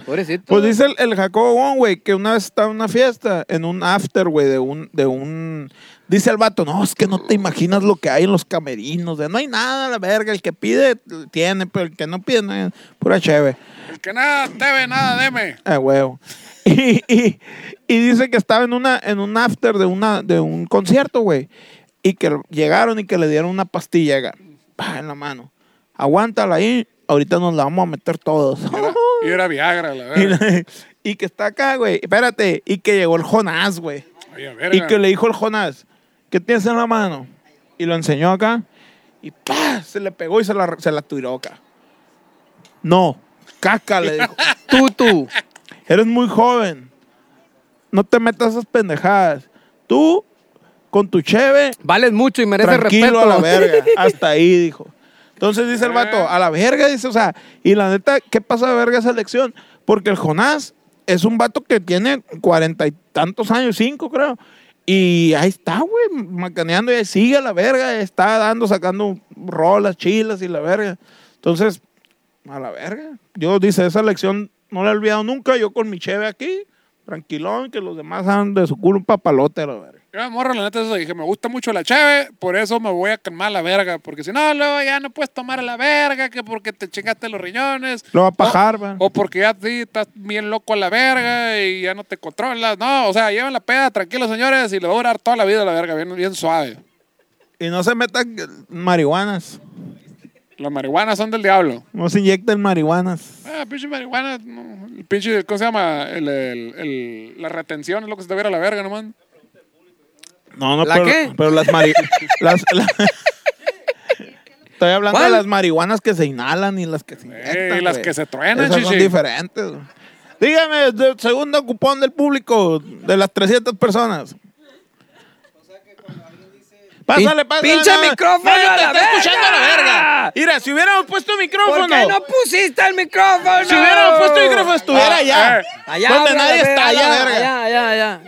Pobrecitos.
Pues dice el, el Jacobo Wong, güey, que una vez estaba en una fiesta, en un after, güey, de un, de un... Dice el vato, no, es que no te imaginas lo que hay en los camerinos, de no hay nada, la verga, el que pide tiene, pero el que no pide, no, pura chévere.
El que nada te ve, nada deme.
Ah, huevo. [LAUGHS] Y, y- y dice que estaba en una en un after de una de un concierto, güey. Y que llegaron y que le dieron una pastilla acá, pa, en la mano. Aguántala ahí, ahorita nos la vamos a meter todos.
Era- Y era Viagra, la
y,
verga.
la- [LAUGHS] y que está acá, güey. Espérate. Y que llegó el Jonás, güey.
Oye, verga.
Y que le dijo el Jonás, ¿qué tienes en la mano? Y lo enseñó acá. Y pa, se le pegó y se la, se la tiró acá. No, caca, le dijo.
Tú, tú.
Eres muy joven. No te metas esas pendejadas. Tú, con tu cheve,
Vales mucho y mereces
tranquilo
respeto.
a la verga. Hasta ahí, dijo. Entonces dice el vato,
Ah.
a la verga, dice, o sea, y la neta, ¿qué pasa de verga esa elección? Porque el Jonás es un vato que tiene cuarenta y tantos años, cinco creo, y ahí está, güey, macaneando, y ahí sigue a la verga, está dando, sacando rolas, chilas y la verga. Entonces, a la verga. Yo, dice, esa elección no la he olvidado nunca, yo con mi cheve aquí, tranquilón, que los demás hagan de su culo un papalote a la verga.
Yo me morro, la neta, eso dije, me gusta mucho la chave, por eso me voy a calmar la verga, porque si no, luego ya no puedes tomar la verga, que porque te chingaste los riñones.
Lo va a
o-
pajar, va.
O porque ya sí, estás bien loco a la verga y ya no te controlas. No, o sea, llevan la peda, tranquilos señores, y le va a durar toda la vida la verga, bien, bien suave.
Y no se metan eh, marihuanas.
Las marihuanas son del diablo.
No se inyecten marihuanas.
Ah, pinche marihuana, no, el pinche, ¿cómo se llama? El, el- el- la retención es lo que se te viera la verga, no man.
No, no,
¿La
pero,
qué?
pero las
[LAUGHS]
marihuanas. Estoy hablando
¿Cuál?
de las marihuanas que se inhalan y las que se inyectan.
y las
güey.
que se truenan,
Esas son
chichi.
diferentes. güey. Dígame, de- segundo cupón del público, de las 300 personas. Pásale, pásale.
pinche
no,
micrófono
no, te
a la
está escuchando la
verga.
verga. Mira, si hubiéramos puesto micrófono.
¿Por qué no pusiste el micrófono?
Si hubiéramos puesto micrófono, estuviera
Ah,
allá.
eh.
Allá,
donde
hombre,
Pues
a la
nadie
verga,
está, allá,
allá,
verga.
allá, allá, allá.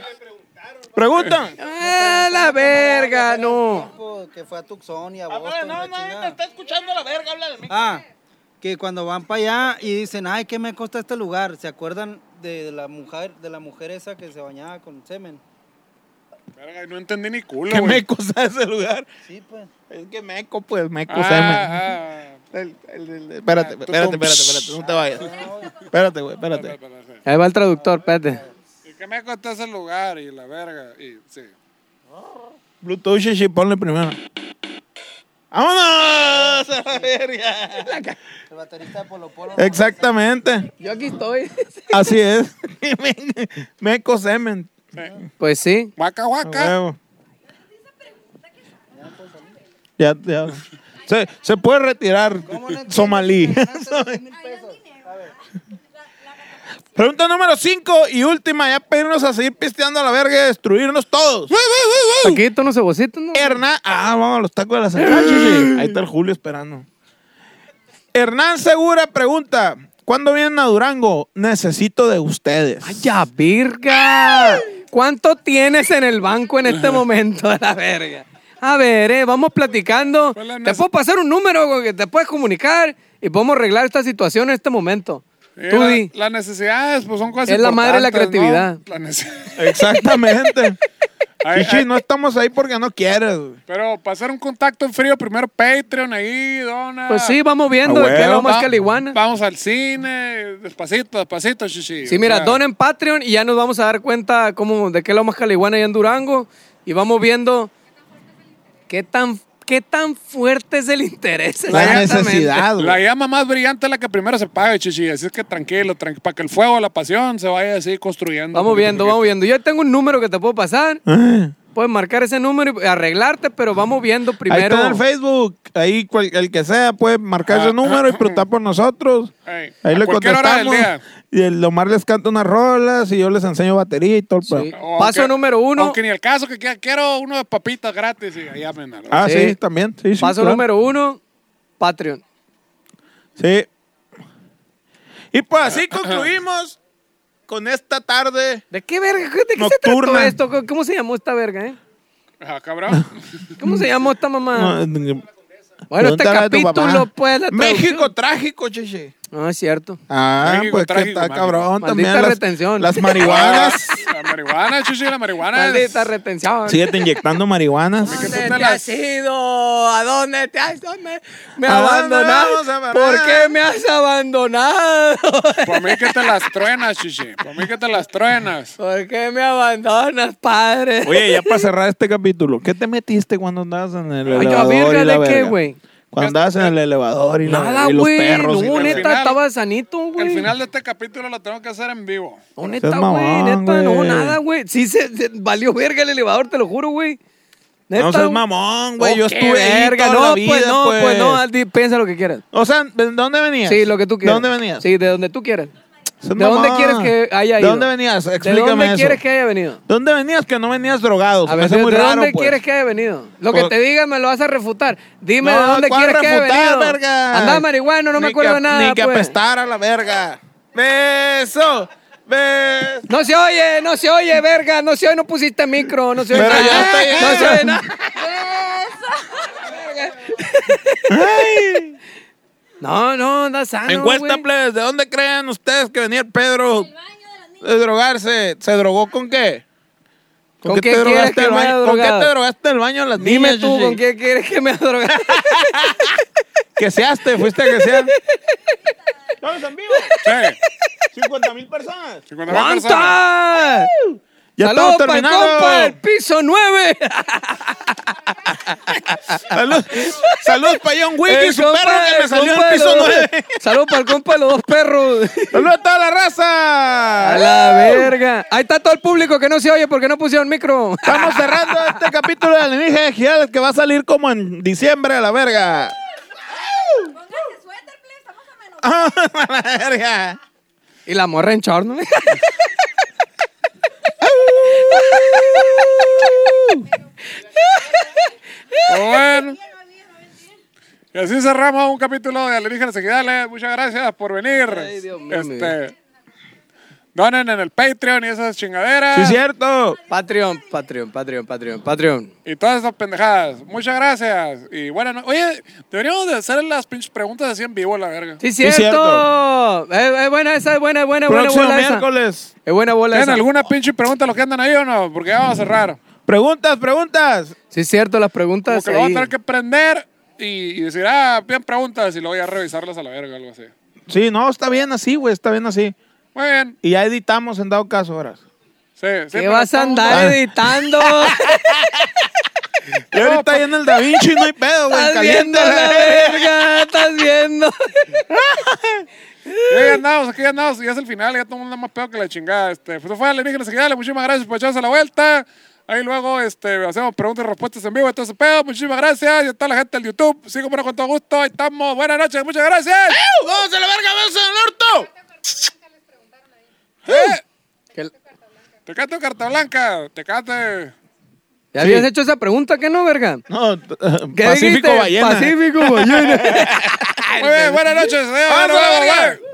Pregunta.
Ah, la verga, no.
Que fue a Tucson y a Boston. la chingada.
escuchando la verga, habla de mí.
Ah, que cuando van para allá y dicen, ay, ¿qué me cuesta este lugar? ¿Se acuerdan de la mujer, de la mujer esa que se bañaba con semen?
Verga, no entendí ni culo,
¿Qué
güey.
meco está ese lugar?
Sí, pues.
Es que meco, pues, meco
Ah,
semen.
ah,
El- el- el- Espérate,
Ah, tú- Ah,
espérate,
tú-
espérate, espérate, no te vayas. Espérate, güey, espérate.
ah.
Ahí va el traductor, espérate.
¿Y qué me costó ese lugar? Y la verga. Y sí.
Bluetooth, sí, ponle primero. ¡Vámonos! A [LAUGHS] la verga.
El baterista de Polo Polo.
Exactamente,
Yo aquí estoy.
así es. [LAUGHS] meco semen.
Pues sí.
Guaca, guaca.
Huevo. Ya, ya. Se, se puede retirar somalí. [LAUGHS] Pregunta número 5 y última, ya pedirnos a seguir pisteando a la verga y destruirnos todos.
Aquí tonos cebocitos, ¿no?
Hernán, ah, vamos a los tacos de la central,
Mm.
chichi. Ahí está el Julio esperando. Hernán Segura pregunta, ¿cuándo vienen a Durango? Necesito de ustedes.
¡Ay, ya, virga! ¿Cuánto tienes en el banco en este momento, [LAUGHS] a la verga? A ver, eh, vamos platicando.
Pues la
Te
nece-
puedo pasar un número güey, que te puedes comunicar y podemos arreglar esta situación en este momento. Tú
Eh, la-
di.
Las necesidades, pues son cosas
Es la madre de la
importantes, ¿no?
creatividad.
La
[LAUGHS]
nece-
Exactamente.
[LAUGHS] Ay,
Pichi,
ay.
no estamos ahí porque no quieres. güey.
Pero para hacer un contacto en frío, primero Patreon ahí, dona.
Pues sí, vamos viendo
Ah,
de qué
huevo.
lo más
Va-
que la iguana.
Vamos al cine, despacito, despacito, chichi.
Sí,
O
mira,
sea,
dona en Patreon y ya nos vamos a dar cuenta cómo, de qué lo más caliguana allá en Durango y vamos viendo qué tan, qué tan fuerte es el interés.
La
exactamente.
necesidad,
La
güey.
llama más brillante es la que primero se paga, chichi. Así es que tranquilo, tranqui- para que el fuego, la pasión se vaya así construyendo.
Vamos
poquito a
viendo,
poquito.
vamos viendo. Yo tengo un número que te puedo pasar. Puedes marcar ese número y arreglarte, pero vamos viendo
Ahí
primero.
está en el Facebook. Ahí cual- el que sea puede marcar
Ah,
ese número y preguntar por nosotros.
Ey,
Ahí
a
le
cualquier hora del
contestamos. Y el Omar les canta unas rolas y yo les enseño batería y todo el
Sí.
pedo.
O
Paso
aunque-
número uno.
Aunque ni el caso que quiera, quiero uno de papitas gratis y allá me
Ah, sí,
Sí.
también. Sí, sí,
Paso
claro.
número uno, Patreon.
Sí. Y pues así concluimos con esta tarde.
¿De qué verga? ¿De qué
Nocturna.
se trató esto? ¿Cómo se llamó esta verga, eh?
Ah,
[LAUGHS]
cabrón.
¿Cómo se llamó esta mamá? Ah. bueno, este
Pregúntale a tu
capítulo,
papá.
pues, la
México
traducción.
trágico, chiche.
No, es cierto.
Ah,
México
pues
trágico,
que está
mano.
cabrón
Maldita
también. Las,
retención.
las
[LAUGHS]
marihuanas.
la marihuana, chichi, la marihuana. es-
Maldita retención.
Síguete inyectando marihuanas.
tú
¿Dónde
te
te
la-
has ido? ¿A dónde te has dónde me
¿A dónde
abandonaste?
vamos a parar?
¿Por qué me has abandonado? [LAUGHS]
Por mí que te las truenas, chichi. Por mí que te las truenas.
¿Por qué me abandonas, padre?
Oye, ya para cerrar este capítulo, ¿qué te metiste cuando andabas en el
Ay,
elevador?
verga,
y la
¿de qué,
verga?
güey?
Cuando andabas en el elevador y, la-
Nada,
y los
güey.
perros. y la
No,
el
neta,
verga.
final.
estaba sanito, güey.
El final de este capítulo lo tengo que hacer en vivo.
No, neta,
Seas
güey,
mamón,
neta, no,
güey.
nada, güey. Sí, se, se- valió verga el elevador, te lo juro, güey.
No seas
güey.
mamón, güey. Yo
Oh, qué
estuve ahí
verga.
toda
no,
la vida,
pues no, pues, no, Aldi, piensa lo que quieras.
O sea, ¿de dónde venías?
Sí, lo que tú
¿De
quieras.
dónde venías?
Sí, de donde tú quieras.
Seas
¿De dónde
mamón.
quieres que haya ido?
¿De dónde venías? Explícame
¿De dónde
eso.
quieres que haya venido?
¿Dónde venías que no venías drogado?
A
Se me
ver,
hace
¿de,
muy
de
raro,
dónde
pues.
quieres que haya venido? Lo
Pues-
que te diga me lo vas a refutar. Dime
No,
de dónde
¿cuál
quieres que haya
refutar,
venido.
verga?
Andaba marihuano, no me
Ni
acuerdo
que-
de nada,
Ni que
pues.
apestara la verga. Beso. Beso.
No se oye, no se oye, verga, no se oye, no pusiste micro, no se oye.
Pero
nada.
ya estoy
No
ahí.
se oye nada. No, Ah, no, anda sano.
Encuesta,
güey.
plebes, ¿de dónde creen ustedes que venía el Pedro de drogarse? ¿Se drogó con qué?
¿Con qué quieres que
el
me haya
baño? ¿Con qué
drogado?
te drogaste en el baño de las niñas?
Dime tú
Shishi?
con qué quieres que me
[LAUGHS]
drogue.
Que seaste, fuiste a que seas. Estamos en vivo.
Sí.
50 mil personas.
50 mil personas.
¡Aguanta!
Ya
Saludos
estamos
para el compa del
terminando. [LAUGHS]
piso 9.
Saludos saludos para John Wick y
El
su
compa-
perro que me
el
salió en
compa
el
de
piso
los-
9.
[LAUGHS] Saludos para el compa de los dos
[LAUGHS]
perros.
Saludos a toda la raza.
A la verga. Ahí está todo el público que no se oye porque no pusieron micro. [LAUGHS]
Estamos cerrando este capítulo de Alienígenas Gigales que va a salir como en diciembre a la verga. [LAUGHS]
Pónganse suéter, please. Estamos a menos.
a la verga.
Y la morra en short, ¿no?
Bueno. Y así cerramos un capítulo de Alienígenas Ejidales. Muchas gracias por venir.
Ay, Dios mío, mi
Este, donen en el Patreon y esas chingaderas.
Sí, es cierto.
Patreon, Patreon, Patreon, Patreon, Patreon.
Y todas esas pendejadas. Muchas gracias. Y bueno, no- oye, deberíamos de hacer las pinches preguntas así en vivo, la verga.
Sí,
Sí, es
cierto.
cierto.
Es buena esa, es buena, es buena, es buena
Próximo
bola esa.
miércoles.
Es buena bola
¿Tienen
esa.
alguna pinche pregunta los que andan ahí o no? Porque ya vamos
Mm,
a cerrar.
Preguntas, preguntas.
Sí, es cierto, las
Como
preguntas
que lo vamos
ahí.
a tener que prender y, y decir, ah, bien preguntas y luego ya revisarlas a la verga o algo así.
Sí, no, está bien así, güey, está bien así.
Muy bien.
Y ya editamos en dado caso ahora.
Sí, sí,
¿Qué
pero
vas a
estamos-
andar editando?
Y ahorita ahí en el Da Vinci no hay pedo, güey,
Estás
caliente.
viendo la verga, estás viendo.
Sí, ya andamos, aquí ya andamos, y ya es el final, ya todo el mundo anda más peor que la chingada. Este, pues eso fue Alienígenas Ejidales, muchísimas gracias por echarse la vuelta. Ahí luego este, hacemos preguntas y respuestas en vivo, entonces pedo, muchísimas gracias. Y a toda la gente del YouTube, sigo por con todo gusto, ahí estamos, buenas noches, muchas gracias.
¡Vamos a la verga, vamos al orto!
¿Eh?
¿Qué-
Te canto carta blanca, te cante.
¿Ya habías hecho esa pregunta? ¿Qué no, verga?
[LAUGHS] No, t-
¿Qué
Pacífico
dijiste?
Ballena.
Pacífico Ballena.
Muy bien, buenas noches, adiós,
¡Vamos a la
bye.
verga!